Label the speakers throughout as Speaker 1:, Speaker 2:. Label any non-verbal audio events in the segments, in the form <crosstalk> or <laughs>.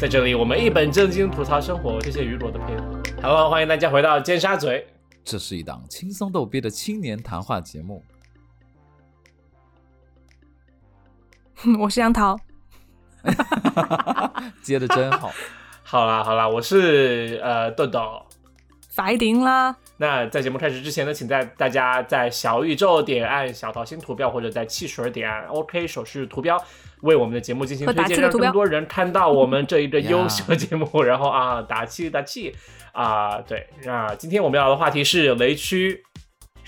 Speaker 1: 在这里我们一本正经吐槽生活，谢谢雨果的配合。Hello，欢迎大家回到尖沙咀。
Speaker 2: 这是一档轻松逗逼的青年谈话节
Speaker 3: <laughs>
Speaker 2: 目。
Speaker 3: <laughs> 我是杨桃，
Speaker 2: 接的真
Speaker 3: <laughs>
Speaker 2: 好，
Speaker 1: 好啦好啦，我是呃豆豆。
Speaker 3: 法一丁啦，
Speaker 1: 那在节目开始之前呢，请在大家在小宇宙点按小桃心图标，或者在汽水点按 OK 手势图标，为我们的节目进行
Speaker 3: 和
Speaker 1: 推
Speaker 3: 打
Speaker 1: 荐，
Speaker 3: 气的
Speaker 1: 让
Speaker 3: 图
Speaker 1: 更
Speaker 3: 标
Speaker 1: 多人看到我们这一个
Speaker 2: 呀
Speaker 1: 优秀的节目。然后啊，打气打气啊、对，那今天我们要聊的话题是雷区。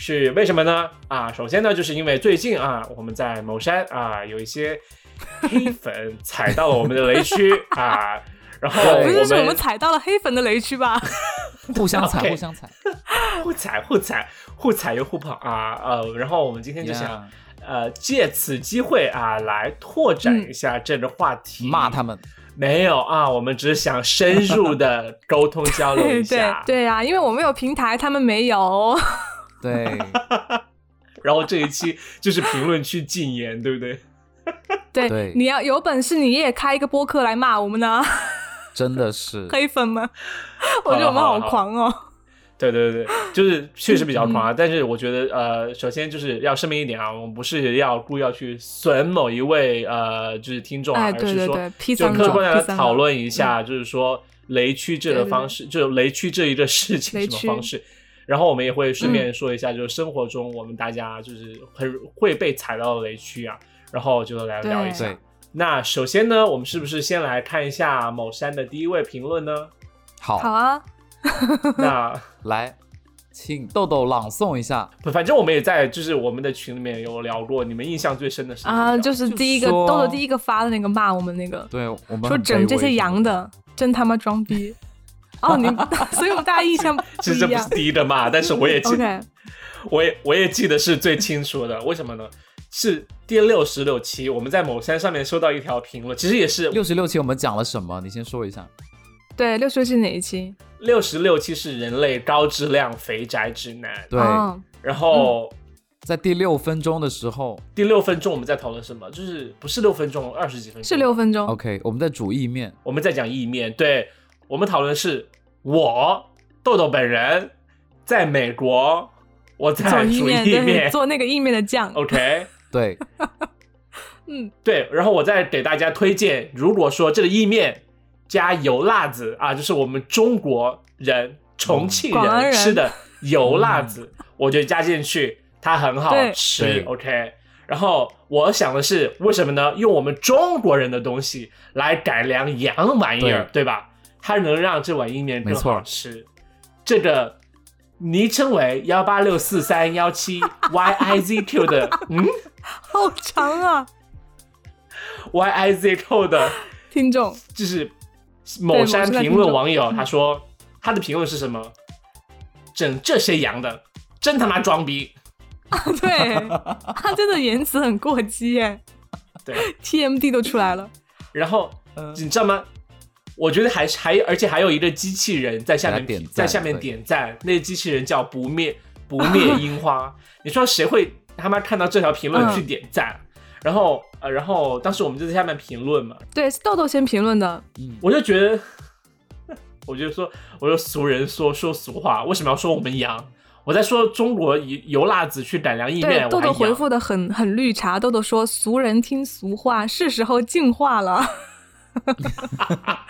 Speaker 1: 是为什么呢？啊，首先呢，就是因为最近啊，我们在某山啊有一些黑粉踩到了我们的雷区 <laughs> 啊，然后
Speaker 2: 对
Speaker 3: 不是
Speaker 1: 我
Speaker 3: 是我们
Speaker 1: 们
Speaker 3: 踩到了黑粉的雷区吧？
Speaker 2: 互相踩，
Speaker 1: OK
Speaker 2: 互相踩。
Speaker 1: 互踩互踩互踩又互捧啊，呃，然后我们今天就想
Speaker 2: Yeah，
Speaker 1: 呃，借此机会啊，来拓展
Speaker 3: 嗯
Speaker 1: 一下这个话题。
Speaker 2: 骂他们，
Speaker 1: 没有啊，我们只是想深入的
Speaker 2: <laughs>
Speaker 1: 沟通交流一
Speaker 3: 对对
Speaker 1: 下。
Speaker 3: <laughs> 对啊，因为我们有平台，他们没有。 <laughs>
Speaker 2: 对，
Speaker 1: <laughs> 然后这一期就是评论区禁言，对不 <laughs> 对？
Speaker 3: 对，
Speaker 2: 对
Speaker 3: 你要有本事你也开一个播客来骂我们呢，
Speaker 1: <laughs>
Speaker 2: 真的是，
Speaker 3: 黑粉们，我觉得我们
Speaker 1: 好
Speaker 3: 好
Speaker 1: 了好了
Speaker 3: 狂哦。
Speaker 1: 对对对，对，就是确实比较
Speaker 3: 嗯
Speaker 1: 狂啊。但是我觉得，呃，首先就是要声明一点啊，我们不是要故意要去损某一位呃，就是听众啊，
Speaker 3: 哎，对对
Speaker 1: 而
Speaker 3: 对
Speaker 1: 是，
Speaker 3: 批
Speaker 1: 说就
Speaker 3: 三
Speaker 1: 客观
Speaker 3: 种，
Speaker 1: 的
Speaker 3: 批三
Speaker 1: 讨
Speaker 3: 种。
Speaker 1: 论一下，就是说雷区这个
Speaker 3: 对对
Speaker 1: 方式，就是雷区这一个事情
Speaker 3: 雷
Speaker 1: 什
Speaker 3: 区嗯
Speaker 1: 么方式。然后我们也会顺便说一下，就是生活中我们大家就是很会被踩到的雷区啊，然后就来聊一
Speaker 3: 对
Speaker 1: 下。
Speaker 2: 对，
Speaker 1: 那首先呢，我们是不是先来看一下某山的第一位评论
Speaker 3: <laughs>
Speaker 1: 呢？
Speaker 3: 好
Speaker 2: 好，
Speaker 3: 啊，
Speaker 1: 那
Speaker 2: 来，请豆豆朗诵一下。
Speaker 1: 不，反正我们也在就是我们的群里面有聊过，你们印象最深的是什么
Speaker 3: 啊，就是
Speaker 2: 就
Speaker 3: 第一个
Speaker 2: 说
Speaker 3: 豆豆第一个发的那个骂我们那个，
Speaker 2: 对我们
Speaker 3: 说
Speaker 2: 很
Speaker 3: 整
Speaker 2: 卑
Speaker 3: 这
Speaker 2: 微
Speaker 3: 些羊，的，真他妈
Speaker 1: <laughs>
Speaker 3: 装逼。哦，你， <laughs> 所以我们大家印象
Speaker 1: 其实
Speaker 3: 不一
Speaker 1: 这不
Speaker 3: 样哦
Speaker 1: 是。第一个嘛，但是
Speaker 3: <laughs>
Speaker 1: 我也记
Speaker 3: OK，
Speaker 1: 我也我也记得是最清楚的，为什么呢？是第六十六期，我们在某山上面收到一条评论，其实也是
Speaker 2: 六十六期我们讲了什么？你先说一下。
Speaker 3: 对，六叔是哪一期？
Speaker 1: 六十六期是人类高质量肥宅指南，
Speaker 2: 对，
Speaker 3: 哦
Speaker 1: 然后
Speaker 2: 在第六分钟的时候
Speaker 3: 哦
Speaker 1: 第六分钟我们在讨论什么？就是不是六分钟，二十几分钟
Speaker 3: 是六分钟。
Speaker 2: ，OK，我们在煮意面，
Speaker 1: 我们在讲意面，对我们讨论是我豆豆本人在美国，我
Speaker 3: <laughs> 做
Speaker 1: 在
Speaker 3: 意
Speaker 1: 煮
Speaker 3: 面，
Speaker 1: 意
Speaker 3: 对， <laughs>
Speaker 1: 面哦
Speaker 3: 做那个意面的酱。
Speaker 1: ，OK。
Speaker 2: 对，
Speaker 3: 嗯，
Speaker 1: 对，然后我再给大家推荐，如果说这个意面加油辣子啊，就是我们中国人、重庆
Speaker 3: 广安
Speaker 1: 人
Speaker 3: 人
Speaker 1: 吃的油辣子，我觉得加进去它很好
Speaker 3: 对
Speaker 1: 吃
Speaker 2: 对
Speaker 1: ，OK。然后我想的是，为什么呢？用我们中国人的东西来改良洋玩意儿，对吧？它能让这碗意面更
Speaker 2: 没错
Speaker 1: 好吃。这个昵称为幺八六四三幺七 YIZQ 的，嗯
Speaker 3: 好长啊，
Speaker 1: ，YIZQ 的
Speaker 3: 听
Speaker 1: <laughs>
Speaker 3: 众。
Speaker 1: 就是某山
Speaker 3: 对某山的
Speaker 1: 评
Speaker 3: 听
Speaker 1: 论
Speaker 3: 众嗯
Speaker 1: 网友，他说他的评论是什么？整这些羊的，真他妈装逼！
Speaker 3: 对，他真的言辞很过激耶
Speaker 1: <laughs>
Speaker 3: <laughs>
Speaker 1: 对，
Speaker 3: ，TMD 都出来了。
Speaker 1: 然后
Speaker 2: 嗯
Speaker 1: 你知道吗？我觉得还是还而且还有一个机器人在下面
Speaker 2: 给他点
Speaker 1: 在
Speaker 2: 赞
Speaker 1: 下面
Speaker 2: 对
Speaker 1: 点赞，那个机器人叫不灭不
Speaker 3: <laughs>
Speaker 1: 灭樱花。你说谁会他妈看到这条评论
Speaker 3: 嗯
Speaker 1: 去点赞？然后呃，然后当时我们就在下面评论嘛，
Speaker 3: 对，是豆豆先评论的，
Speaker 2: 嗯，
Speaker 1: 我就觉得，我就说，我说俗人说说俗话，为什么要说我们洋？我在说中国油油辣子去改良意
Speaker 3: 对
Speaker 1: 面，，我
Speaker 3: 豆
Speaker 1: 还
Speaker 3: 豆回
Speaker 1: 洋。
Speaker 3: 复的很很绿茶。豆豆说：“俗人听俗话，是时候进化了。” <laughs>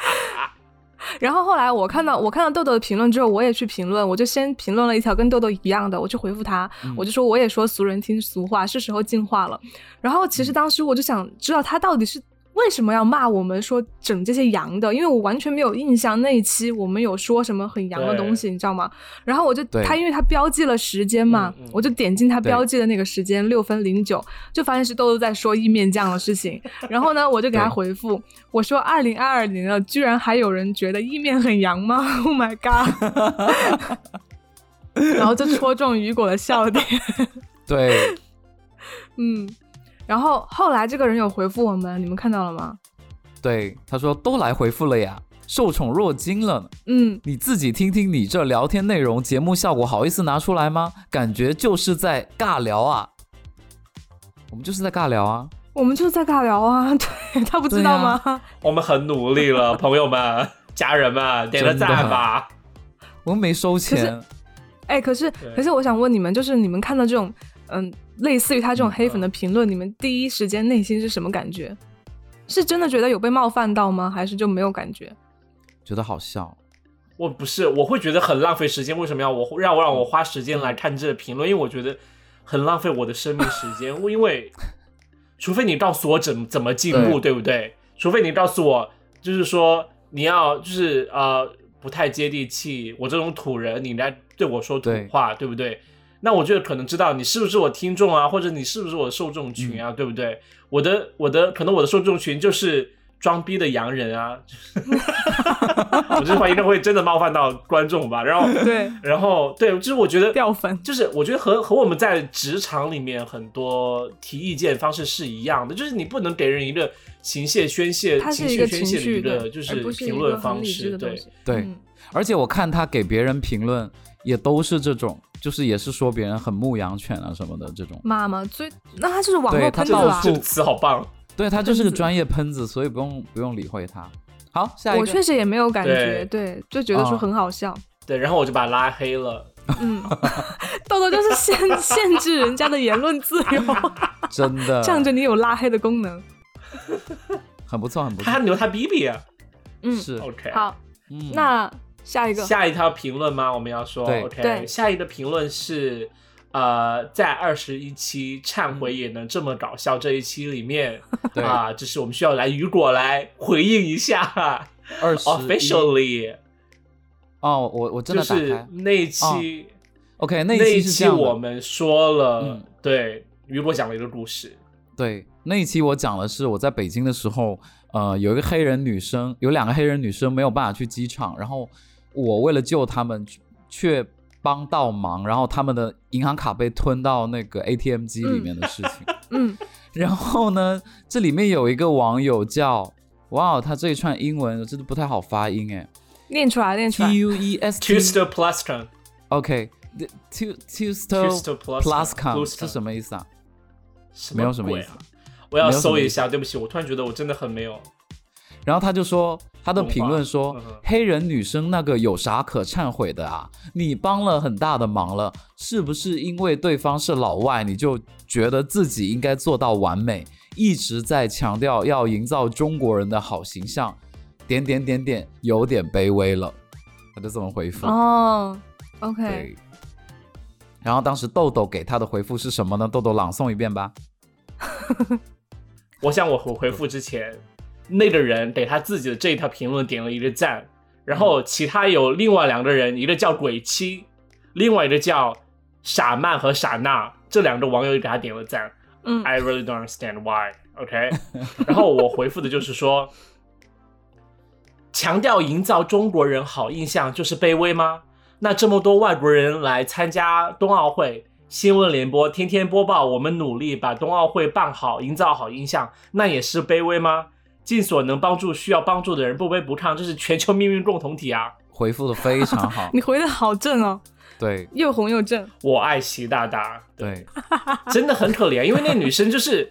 Speaker 3: 然后后来我看到我看到豆豆的评论之后，我也去评论，我就先评论了一条跟豆豆一样的，我去回复他，
Speaker 1: 嗯
Speaker 3: 我就说我也说俗人听俗话，是时候进化了。然后
Speaker 1: 嗯
Speaker 3: 其实当时我就想知道他到底是为什么要骂我们说整这些洋的，因为我完全没有印象那一期我们有说什么很洋的
Speaker 1: 对
Speaker 3: 东西，你知道吗？然后我就
Speaker 2: 对
Speaker 3: 他因为他标记了时间嘛，
Speaker 1: 嗯嗯
Speaker 3: 我就点进他
Speaker 2: 对
Speaker 3: 标记的那个时间六分零九，就发现是豆豆在说意面酱的事情。然后呢，我就给他
Speaker 2: 对
Speaker 3: 回复，我说二零二二年了，居然还有人觉得意面很洋吗？Oh my god！然后就戳中雨果的笑点。
Speaker 2: 对，
Speaker 3: 嗯，然后后来这个人有回复我们，你们看到了吗？
Speaker 2: 对，他说都来回复了呀，受宠若惊了呢。
Speaker 3: 嗯，
Speaker 2: 你自己听听你这聊天内容，节目效果好意思拿出来吗？感觉就是在尬聊啊，我们就是在尬聊啊，
Speaker 3: 我我们就是在尬聊啊， <laughs> 对他不知道吗？
Speaker 1: 我们很努力
Speaker 3: <laughs>
Speaker 1: 了，朋友们、家人们，点个
Speaker 2: 真的
Speaker 1: 赞吧。
Speaker 2: 我们没收钱，
Speaker 3: 哎、可是
Speaker 1: 对
Speaker 3: 可是我想问你们，就是你们看到这种嗯类似于他这种黑
Speaker 1: 嗯
Speaker 3: 粉的评论，你们第一时间内心是什么感觉？是真的觉得有被冒犯到吗？还是就没有感觉？
Speaker 2: 觉得好笑。
Speaker 1: 我不是，我会觉得很浪费时间。为什么要我让我让我花时间来看这评论？因为我觉得很浪费我的生命时间。因为除非你告诉我怎怎么进步，对不对？除非你告诉我，就是说你要就是呃不太接地气，我这种土人，你来对我说土
Speaker 2: 对
Speaker 1: 话，对不对？那我就可能知道你是不是我听众啊，或者你是不是我的受众群啊，对不对？我的我的可能我的受众群就是装逼的洋人啊， <laughs> 我就怀疑那会真的冒犯到观众吧。然后，
Speaker 3: 对，
Speaker 1: 然后对，就是我觉得
Speaker 3: 掉粉。
Speaker 1: 就是我觉得和和我们在职场里面很多提意见方式是一样的，就是你不能给人一个情绪宣泄、
Speaker 3: 它是
Speaker 1: 情
Speaker 3: 一
Speaker 1: 绪
Speaker 3: 个
Speaker 1: 宣
Speaker 3: 情
Speaker 1: 泄的
Speaker 3: 绪
Speaker 1: 一个
Speaker 3: 对，
Speaker 1: 就
Speaker 3: 而不是一
Speaker 1: 评
Speaker 3: 个
Speaker 1: 论
Speaker 3: 很
Speaker 1: 方
Speaker 3: 理智
Speaker 1: 式，
Speaker 3: 的东
Speaker 1: 对
Speaker 3: 西。
Speaker 2: <laughs> 对，
Speaker 3: 嗯
Speaker 2: 而且我看他给别人评论也都是这种，就是也是说别人很牧羊犬啊什么的这种。
Speaker 3: 妈妈，所以那他就是网络
Speaker 2: 对
Speaker 3: 喷
Speaker 2: 他
Speaker 3: 子
Speaker 1: 这
Speaker 2: 到
Speaker 1: 个
Speaker 3: 吧
Speaker 2: 处
Speaker 1: 这？个词好棒，
Speaker 2: 对他就是个
Speaker 3: 喷子
Speaker 2: 专业喷子，所以不用不用理会他。好，下一
Speaker 3: 我
Speaker 2: 个
Speaker 3: 确实也没有感觉，对，就觉得说
Speaker 2: 啊
Speaker 3: 很好笑。
Speaker 1: 对，然后我就把他拉黑了。
Speaker 3: 嗯， <laughs> 豆豆就是限 <laughs> 限制人家的言论自由，
Speaker 2: <laughs> 真的
Speaker 3: <laughs> 仗着你有拉黑的功能。
Speaker 2: 很不错，很不
Speaker 1: 他
Speaker 2: 错，
Speaker 1: 牛他逼逼啊
Speaker 3: 嗯，
Speaker 2: 是
Speaker 1: ！OK，
Speaker 3: 好，
Speaker 2: 嗯
Speaker 3: 那下一个，
Speaker 1: 下一条评论吗？我们要说
Speaker 2: 对
Speaker 1: OK，
Speaker 3: 对
Speaker 1: 下一个评论是呃，在二十一期忏悔也能这么搞笑这一期里面
Speaker 2: 对
Speaker 1: 啊，这是我们需要来雨果来回应一下
Speaker 2: 二十一
Speaker 1: ，officially
Speaker 2: 哦，我我真
Speaker 1: 就
Speaker 2: 的打
Speaker 1: 是
Speaker 2: 开哦
Speaker 1: 那一期
Speaker 2: OK
Speaker 1: 那
Speaker 2: 那一
Speaker 1: 一
Speaker 2: 期是这
Speaker 1: 期
Speaker 2: 样的
Speaker 1: 我们说了
Speaker 2: 嗯，
Speaker 1: 对雨果讲了一个故事，
Speaker 2: 对，那一期我讲的是我在北京的时候，呃，有一个黑人女生，有两个黑人女生没有办法去机场，然后我为了救她们，却帮倒忙，然后她们的银行卡被吞到那个 ATM 机里面的事情。 <laughs>
Speaker 3: 嗯，
Speaker 2: 然后呢，这里面有一个网友叫，哇，哦他这一串英文真的不太好发音哎
Speaker 3: 念出来，念出来
Speaker 2: ，T。U E S
Speaker 1: t u
Speaker 2: T
Speaker 1: s t e r p l u s t o n
Speaker 2: OK。T T s
Speaker 1: t
Speaker 2: t o
Speaker 1: u s t e r p l u s
Speaker 2: p
Speaker 1: t
Speaker 2: l
Speaker 1: o
Speaker 2: u
Speaker 1: n
Speaker 2: s c o m 是什
Speaker 1: 么
Speaker 2: 么意思啊？
Speaker 1: 鬼啊？
Speaker 2: 没有什么意思
Speaker 1: 我要
Speaker 2: 没有什么
Speaker 1: 搜一
Speaker 2: 意思
Speaker 1: 下，对不起，我突然觉得我真的很没有。
Speaker 2: 然后他就说，他的
Speaker 1: 文化
Speaker 2: 评论说
Speaker 1: 嗯哼，
Speaker 2: 黑人女生那个有啥可忏悔的啊？你帮了很大的忙了，是不是因为对方是老外，你就觉得自己应该做到完美，一直在强调要营造中国人的好形象，点点点点，有点卑微了。他就这么回复。
Speaker 3: 哦，OK，
Speaker 2: 对。然后当时豆豆给他的回复是什么呢？豆豆朗诵一遍吧。
Speaker 1: 我想我回回复之前，那个人给他自己的这一条评论点了一个赞，然
Speaker 2: 嗯
Speaker 1: 后其他有另外两个人，一个叫鬼妻，另外一个叫傻曼和傻娜，这两个网友也给他点了赞。
Speaker 3: 嗯，
Speaker 1: I really don't understand why. OK，然 <laughs> 后我回复的就是说，强调营造中国人好印象就是卑微吗？那这么多外国人来参加冬奥会，新闻联播天天播报我们努力把冬奥会办好，营造好印象，那也是卑微吗？尽所能帮助需要帮助的人，不卑不亢，这是全球命运共同体啊！
Speaker 2: 回复的非常好
Speaker 3: <laughs> 你回的好正哦，
Speaker 2: 对
Speaker 3: 又红又正。
Speaker 1: 我爱习大大，
Speaker 2: 对，
Speaker 3: <laughs>
Speaker 1: 真的很可怜，因为那女生就是，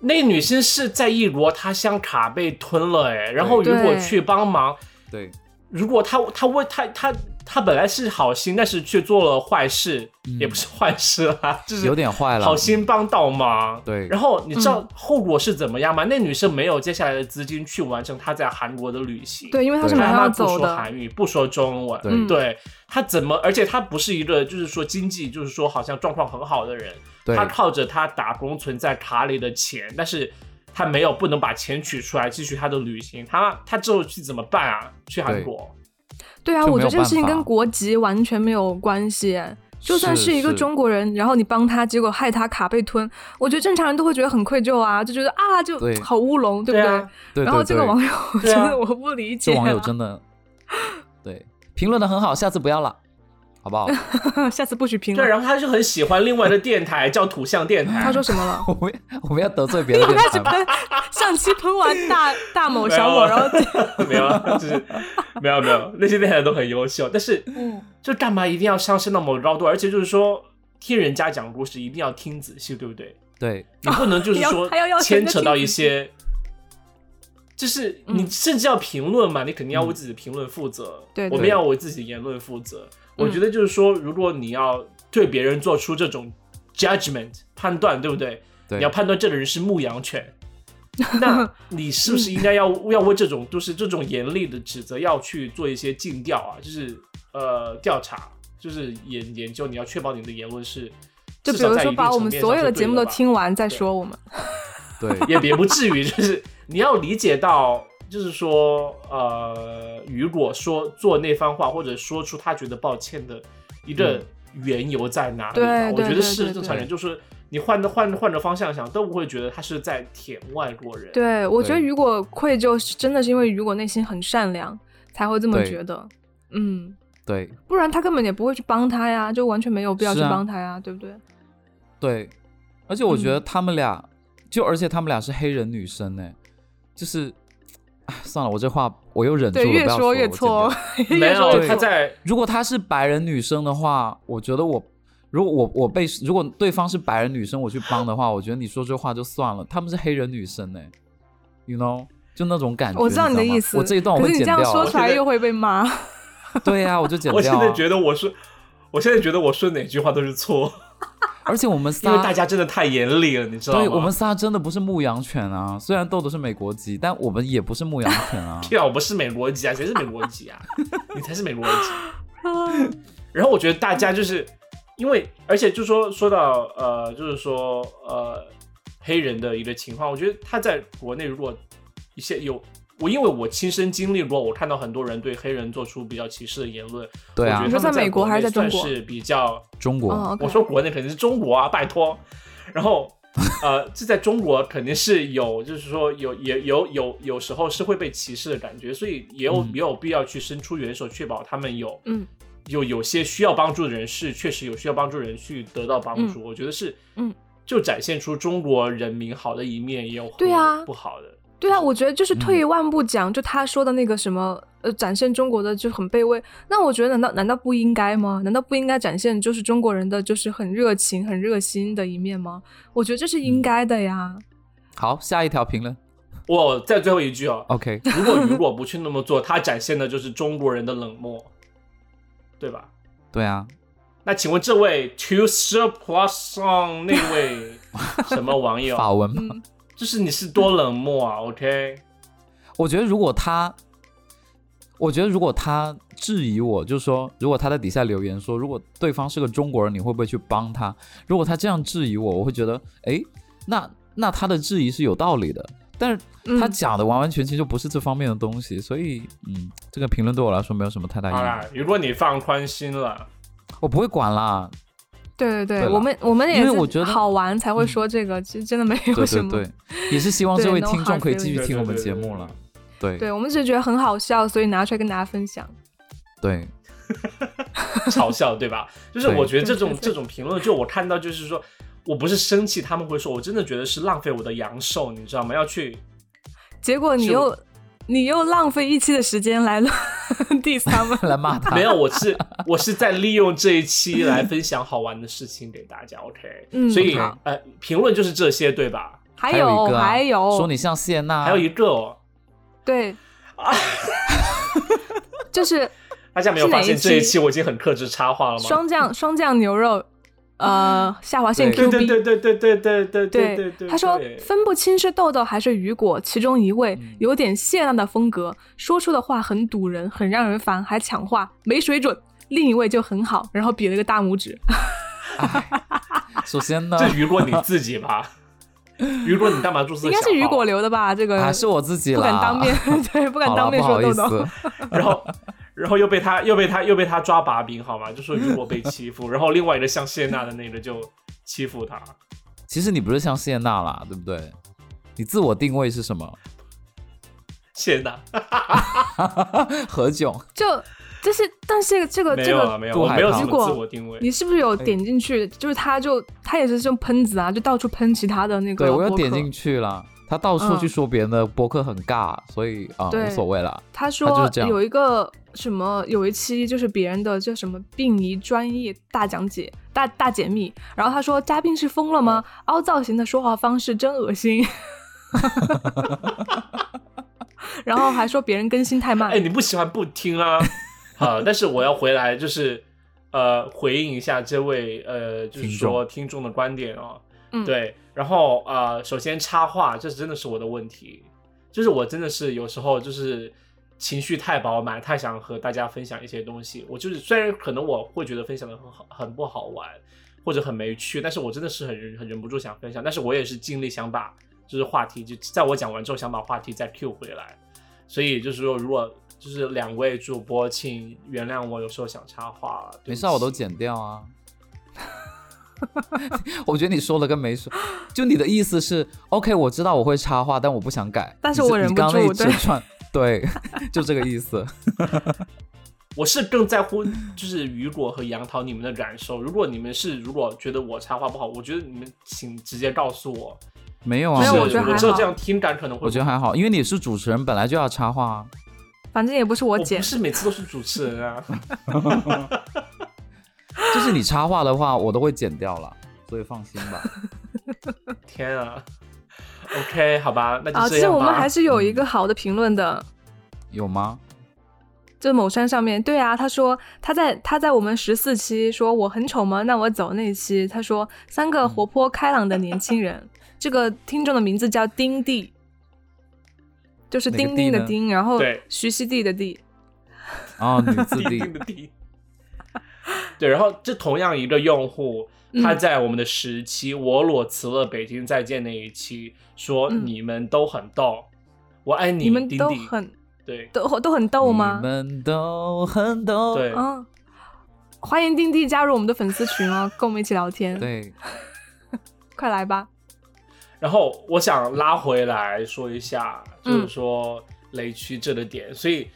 Speaker 1: 那女生是在异国他乡卡被吞了哎，然后如果
Speaker 3: 对
Speaker 1: 去帮忙，
Speaker 2: 对，
Speaker 1: 如果她她为她她她本来是好心，但是却做了坏事，
Speaker 2: 嗯
Speaker 1: 也不是坏事
Speaker 2: <laughs>
Speaker 1: 啦，就是
Speaker 2: 有点坏了。
Speaker 1: 好心帮倒忙。
Speaker 2: 对
Speaker 1: 然后你知道后果是怎么样吗？那女生没有接下来的资金去完成她在韩国的旅行。
Speaker 3: 对，因为他是
Speaker 2: 对
Speaker 3: 马
Speaker 1: 他
Speaker 3: 上
Speaker 1: 妈
Speaker 3: 要
Speaker 1: 不
Speaker 3: 走
Speaker 1: 说
Speaker 3: 的嗯
Speaker 1: 韩，语，不说中文，
Speaker 2: 对
Speaker 1: 他怎么？而且他不是一个就是说经济就是说好像状况很好的人，
Speaker 2: 对
Speaker 1: 他靠着他打工存在卡里的钱，但是他没有不能把钱取出来继续他的旅行，他他之后去怎么办啊？去韩
Speaker 2: 对
Speaker 1: 国？
Speaker 3: 对啊，
Speaker 2: 就
Speaker 3: 我
Speaker 2: 没有
Speaker 3: 觉得这个事情
Speaker 2: 办法
Speaker 3: 跟国籍完全没有关系。就算是一个
Speaker 2: 是
Speaker 3: 中国人，然后你帮他，结果害他卡被吞，我觉得正常人都会觉得很愧疚啊，就觉得啊，就
Speaker 2: 对
Speaker 3: 好乌龙，对不对？
Speaker 1: 啊，
Speaker 2: 对对
Speaker 3: 然后这个
Speaker 2: 对
Speaker 3: 网友，我
Speaker 1: 对
Speaker 3: 真
Speaker 1: 啊
Speaker 3: 的我不理解、
Speaker 2: 这网友真的，对，评论的很好，下次不要了，好不 <laughs> 好？
Speaker 3: <laughs> 下次不许评
Speaker 1: 对，
Speaker 3: 论。
Speaker 1: 然后他就很喜欢另外的电台叫土象电台，
Speaker 3: 他说什
Speaker 1: <laughs>
Speaker 3: 么了？
Speaker 2: 我们我们要得罪别的
Speaker 3: <laughs> 我
Speaker 2: 电
Speaker 3: 开始
Speaker 2: 台吗？
Speaker 3: 喷上期喷完大大某小某，
Speaker 1: 没有
Speaker 3: 然后
Speaker 1: <laughs> 没有啊，就是没有没有，那些电台都很优秀，但是
Speaker 3: 嗯
Speaker 1: 就干嘛一定要上升到某个高度？而且就是说听人家讲故事一定要听仔细，对不对？
Speaker 2: 对，
Speaker 1: 你不能就是
Speaker 3: 哦要
Speaker 1: 说
Speaker 3: 还要要
Speaker 1: 牵
Speaker 3: 人家
Speaker 1: 扯
Speaker 3: 听
Speaker 1: 到
Speaker 3: 你
Speaker 1: 一
Speaker 3: 说
Speaker 1: 些，就是你
Speaker 3: 嗯
Speaker 1: 甚至要评论嘛，你肯定要
Speaker 2: 嗯
Speaker 1: 为自己评论负责，
Speaker 3: 对
Speaker 1: 我们
Speaker 2: 对
Speaker 1: 要为自己言论负责。我
Speaker 3: 嗯
Speaker 1: 觉得就是说，如果你要对别人做出这种 judgment 判断，对不对？
Speaker 2: 对
Speaker 1: 你要判断这个人是牧羊犬，
Speaker 3: <laughs>
Speaker 1: 那你是不是应该要要为这种就是这种严厉的指责要去做一些尽调啊？就是呃调查，就是研研究，你要确保你的言论是。
Speaker 3: 就
Speaker 1: 至
Speaker 3: 比
Speaker 1: 少
Speaker 3: 如
Speaker 1: 在一
Speaker 3: 说
Speaker 1: 定
Speaker 3: 把我
Speaker 1: 层
Speaker 3: 们
Speaker 1: 面
Speaker 3: 所
Speaker 1: 上是
Speaker 3: 有的
Speaker 1: 对
Speaker 3: 节目都
Speaker 1: 吧
Speaker 3: 听完再
Speaker 1: 对
Speaker 3: 说我们。
Speaker 2: 对，
Speaker 1: <laughs> 也也不至于，就是你要理解到，就是说，呃，雨果说做那番话，或者说出他觉得抱歉的一个缘由在哪里吧？
Speaker 3: 嗯对
Speaker 1: 我觉
Speaker 3: 对
Speaker 1: 得
Speaker 3: 对
Speaker 1: 是
Speaker 3: 对
Speaker 1: 正常人，
Speaker 2: 对
Speaker 1: 就是你换的换换着方向想，都不会觉得他是在舔外国人。
Speaker 3: 对，我觉得
Speaker 2: 对
Speaker 3: 雨果愧疚是真的是因为雨果内心很善良，才会这么
Speaker 2: 对
Speaker 3: 觉得。嗯，
Speaker 2: 对，
Speaker 3: 不然他根本也不会去帮他呀，就完全没有必要去
Speaker 2: 是啊
Speaker 3: 帮他呀，对不对？
Speaker 2: 对，而且我觉得
Speaker 3: 嗯
Speaker 2: 他们俩，就而且他们俩是黑人女生呢，就是，唉算了，我这话我又忍住
Speaker 3: 对，
Speaker 2: 了，
Speaker 3: 越
Speaker 2: 不要说
Speaker 3: 说越
Speaker 2: 了我剪
Speaker 3: 错
Speaker 2: 掉。
Speaker 1: 没
Speaker 3: 越说
Speaker 1: 有
Speaker 3: 越
Speaker 1: 他
Speaker 3: 错
Speaker 2: <laughs>
Speaker 1: 在
Speaker 2: 如果她是白人女生的话，我觉得我如果我我被如果对方是白人女生，我去帮的话，我觉得你说这话就算了。他们是黑人女生呢，you know，就那种感觉。
Speaker 3: 我知道
Speaker 2: 你
Speaker 3: 的
Speaker 2: 吗
Speaker 3: 意思，
Speaker 2: 我这一段我
Speaker 3: 可
Speaker 2: 会
Speaker 3: 是你
Speaker 2: 剪掉
Speaker 3: 这样说
Speaker 2: 啊。
Speaker 3: 出来
Speaker 1: 觉得
Speaker 3: 又会
Speaker 2: <laughs>
Speaker 3: 被骂。
Speaker 2: 对呀、我就
Speaker 1: <laughs>
Speaker 2: 剪
Speaker 1: 我
Speaker 2: 掉
Speaker 1: 现
Speaker 2: 啊、
Speaker 1: 在觉得我是，我现在觉得我说哪句话都是错，
Speaker 2: 而且我们
Speaker 1: 因
Speaker 2: 仨
Speaker 1: 为
Speaker 3: 啊
Speaker 1: 大家真的太严厉了，你知道吗？
Speaker 2: 对，
Speaker 1: <laughs>。
Speaker 2: 我们仨真的不是牧羊犬啊！虽然豆豆是美国籍，但我们也不是牧羊犬啊
Speaker 1: 对啊，我不是美国籍啊，谁是美国籍啊？你才是美国籍。然后我觉得大家就是因为，而且就说说到呃，就是说呃，黑人的一个情况，我觉得他在国内如果一些有我，因为我亲身经历过，我看到很多人对黑人做出比较歧视的言论。
Speaker 2: 对
Speaker 3: <laughs>
Speaker 2: 啊
Speaker 1: 我
Speaker 3: 你
Speaker 1: 觉
Speaker 3: 说
Speaker 1: 得他们
Speaker 3: 在美国
Speaker 1: 国
Speaker 3: 还是
Speaker 1: 内
Speaker 3: 在中
Speaker 1: 算
Speaker 3: 国
Speaker 1: 是比较
Speaker 2: 中国、
Speaker 3: 哦，OK
Speaker 1: 我说国内肯定是中国啊，拜托。然后， <laughs> 呃，这在中国肯定是有，就是说有也有有有时候是会被歧视的感觉，所以也有
Speaker 2: 嗯
Speaker 1: 也有必要去伸出援手，确保他们有
Speaker 3: 嗯
Speaker 1: 有有些需要帮助的人士，确实有需要帮助的人去得到帮助。我觉得是，
Speaker 3: 嗯，
Speaker 1: 就展现出中国人民好的一面，也有
Speaker 3: 对啊
Speaker 1: 很不好的。
Speaker 3: 对啊，我觉得就是退一万步讲，就他说的那个什么，呃，展现中国的就很卑微。那我觉得，难道难道不应该吗？难道不应该展现就是中国人的就是很热情、很热心的一面吗？我觉得这是
Speaker 2: 嗯
Speaker 3: 应该的呀。
Speaker 2: 好，下一条评论。
Speaker 1: 我在最后一句
Speaker 3: <laughs>
Speaker 1: 哦，
Speaker 2: OK，
Speaker 1: 如果雨果不去那么做，他展现的就是中国人的冷漠，对吧？
Speaker 2: 对啊，
Speaker 1: 那请问这位 Two Sir Plus Song 那位什么网友，
Speaker 2: <laughs> 法文嘛。
Speaker 3: <laughs> 嗯，
Speaker 1: 就是你是多冷漠啊？OK，
Speaker 2: 我觉得如果他，我觉得如果他质疑我，就是说，如果他在底下留言说，如果对方是个中国人，你会不会去帮他？如果他这样质疑我，我会觉得，诶，那那他的质疑是有道理的。但是
Speaker 3: 嗯
Speaker 2: 他讲的完完全全就不是这方面的东西，所以，嗯，这个评论对我来说没有什么太大意
Speaker 1: 好
Speaker 2: 义
Speaker 1: 啦。，如果你放宽心了，
Speaker 2: 我不会管啦，
Speaker 3: 对对对，
Speaker 2: 对啦
Speaker 3: 我们我们也
Speaker 2: 因
Speaker 3: 是
Speaker 2: 为我觉得嗯
Speaker 3: 好玩才会说这个，其实真的没有
Speaker 2: 对
Speaker 3: 什
Speaker 2: 对
Speaker 3: 么。
Speaker 2: 对，也是希望这
Speaker 3: 对
Speaker 2: 位
Speaker 3: ，no
Speaker 2: 听
Speaker 3: hard
Speaker 2: 众可以继续
Speaker 3: feelings
Speaker 2: 听我们节目了。对
Speaker 3: 对我们只是觉得很好笑，所以拿出来跟大家分享。
Speaker 2: 对，
Speaker 1: 嘲笑对
Speaker 3: <laughs>
Speaker 1: 吧？就是
Speaker 2: 对
Speaker 1: 我觉得这
Speaker 3: 对
Speaker 1: 种
Speaker 3: 对对
Speaker 1: 这种评论，就我看到就是说，我不是生气，他们会说，我真的觉得是浪费我的阳寿，你知道吗？要去
Speaker 3: 结果你
Speaker 1: 是
Speaker 3: 又你又浪费一期的时间来了 <laughs> diss 他们。
Speaker 2: <laughs> 来骂他
Speaker 1: 没。有，我是我是在利用这一期来分享好玩的事情给大家，OK？
Speaker 3: 嗯
Speaker 1: 所以
Speaker 3: 好
Speaker 1: 呃，评论就是这些对吧？
Speaker 3: 还
Speaker 2: 有一
Speaker 3: 有
Speaker 2: 个啊、
Speaker 3: 还有，
Speaker 2: 说你像谢
Speaker 3: 啊
Speaker 2: 娜，
Speaker 1: 还有一个哦，
Speaker 2: <laughs>
Speaker 3: 对，就是
Speaker 1: 大家没有
Speaker 3: 是哪
Speaker 1: 发现
Speaker 3: 一
Speaker 1: 这一
Speaker 3: 期
Speaker 1: 期我已经很克制插话了吗？
Speaker 3: 双酱双酱牛肉，呃，下划
Speaker 2: <laughs>
Speaker 3: 线
Speaker 2: 对
Speaker 3: Q
Speaker 1: <laughs> 对
Speaker 3: B，
Speaker 1: 对对对对对对对对对，
Speaker 3: 他说分不清是豆豆还是雨果，其中一位
Speaker 2: 嗯
Speaker 3: 有点谢娜的风格，说出的话很堵人，很让人烦，还抢话，没水准。另一位就很好，然后比了个大拇指。
Speaker 2: 首先呢，
Speaker 1: 这雨果你自己吧，
Speaker 3: <laughs>
Speaker 1: 雨果你干嘛注册？啊
Speaker 3: 应该是雨果。留的吧？这个
Speaker 2: 还啊是我自己
Speaker 3: 呃不
Speaker 2: 啦，
Speaker 3: 敢
Speaker 2: <laughs>
Speaker 3: 当面，对，不敢
Speaker 2: 好啦
Speaker 3: 当面
Speaker 2: 不好
Speaker 3: 说
Speaker 2: 意
Speaker 3: 豆
Speaker 2: 思，
Speaker 3: 豆。
Speaker 1: 然后，然后又被他又被他又被他抓把柄，好吗？就说雨果被欺负，然后另外一个像谢娜的那个就欺负他。
Speaker 2: <laughs> 其实你不是像谢娜啦，对不对？你自我定位是什
Speaker 3: <laughs>
Speaker 2: 么？
Speaker 1: 谢娜
Speaker 2: 何炅，
Speaker 3: 就就是，但是这个
Speaker 1: 没
Speaker 3: 呃这
Speaker 1: 有啊
Speaker 3: 个
Speaker 1: 了，没有，
Speaker 2: 杜
Speaker 1: 我
Speaker 2: 海
Speaker 1: 没有
Speaker 2: 涛
Speaker 1: 什
Speaker 3: 雨
Speaker 1: 么
Speaker 3: 果
Speaker 1: 自我定位。
Speaker 3: 你是不是有
Speaker 2: 哎
Speaker 3: 点进去？就是他就他也是这种喷子啊，就到处喷其他的那个
Speaker 2: 对
Speaker 3: 博客。
Speaker 2: 我有点进去了。他到处
Speaker 3: 嗯
Speaker 2: 去说别人的播客很尬，所以啊、
Speaker 3: 对
Speaker 2: 无所谓了。
Speaker 3: 他
Speaker 2: 他就
Speaker 3: 说
Speaker 2: 是这样
Speaker 3: 有一个什么有一期就是别人的叫什么病仪专业大讲解，大大解密。然后他说嘉宾是疯了吗？凹造型的说话方式真恶心。 <laughs> 然后还说别人更新太慢。
Speaker 1: 哎，你不喜欢不听啊。好，但是我要回来，就是呃，回应一下这位呃，就是说听众的观点哦。
Speaker 3: 嗯
Speaker 1: 对，然后呃，首先插话，这真的是我的问题，就是我真的是有时候就是情绪太饱满，太想和大家分享一些东西。我就是虽然可能我会觉得分享的很好，很不好玩，或者很没趣，但是我真的是很很忍不住想分享，但是我也是尽力想把就是话题，就在我讲完之后想把话题再 Q 回来。所以就是说，如果就是两位主播，请原谅我有时候想插话，对不
Speaker 2: 没事啊，我都
Speaker 1: 起
Speaker 2: 剪掉啊。 <laughs> 我觉得你说了跟没说，就你的意思是，OK，我知道我会插话，但我不想改。
Speaker 3: 但是
Speaker 2: 你
Speaker 3: 我忍
Speaker 2: 你
Speaker 3: 不
Speaker 2: 刚刚那一
Speaker 3: 住对
Speaker 2: 整串，对，就这个意思。 <laughs>
Speaker 1: 我是更在乎就是雨果和杨桃你们的感受。如果你们是如果觉得我插话不好，我觉得你们请直接告诉我。
Speaker 2: 没有啊，
Speaker 3: 没有
Speaker 1: 是
Speaker 3: 我觉得还
Speaker 1: 知道
Speaker 3: 好
Speaker 1: 这样听感可能会，
Speaker 2: 我觉得还好，因为你是主持人，本来就要插话啊。
Speaker 3: 反正也不是我
Speaker 1: 我
Speaker 3: 剪
Speaker 1: 不，是每次都是主持人
Speaker 3: <laughs>
Speaker 1: 啊。
Speaker 2: 就是你插话的话，我都会剪掉了，所以放心吧。
Speaker 1: 天啊，OK，好吧，那就这样吧。
Speaker 3: 啊，其实我们还
Speaker 1: 是
Speaker 3: 是有一个好的评论的。
Speaker 2: 有吗？
Speaker 3: 就某山上面，对啊，他说他在他在我们十四期说我很丑吗？那我走那一期，他说三个
Speaker 2: 嗯
Speaker 3: 活泼开朗的年轻人， <laughs> 这个听众的名字叫丁弟，就是
Speaker 2: 哪个
Speaker 3: 丁丁的
Speaker 2: 地呢
Speaker 3: 丁，然后
Speaker 1: 对
Speaker 3: 徐熙娣的娣，
Speaker 2: 哦，女字
Speaker 1: 地
Speaker 2: 弟
Speaker 1: 定的地。 <laughs> 对，然后这同样一个用户，
Speaker 3: 嗯
Speaker 1: 他在我们的时期，我裸辞了北京再见那一期，说
Speaker 3: 嗯
Speaker 1: 你们都很逗，我爱你，
Speaker 3: 你们
Speaker 1: 丁
Speaker 3: 都
Speaker 1: 丁
Speaker 3: 很
Speaker 1: 对，
Speaker 3: 都都很逗吗
Speaker 2: 你？们都很逗。
Speaker 1: 对
Speaker 3: 嗯，欢迎丁弟加入我们的粉丝群哦，跟我们一起聊天，
Speaker 2: 对
Speaker 3: 快来吧。
Speaker 1: 然后我想拉回来说一下，就
Speaker 3: 嗯
Speaker 1: 是说雷区这个点，所以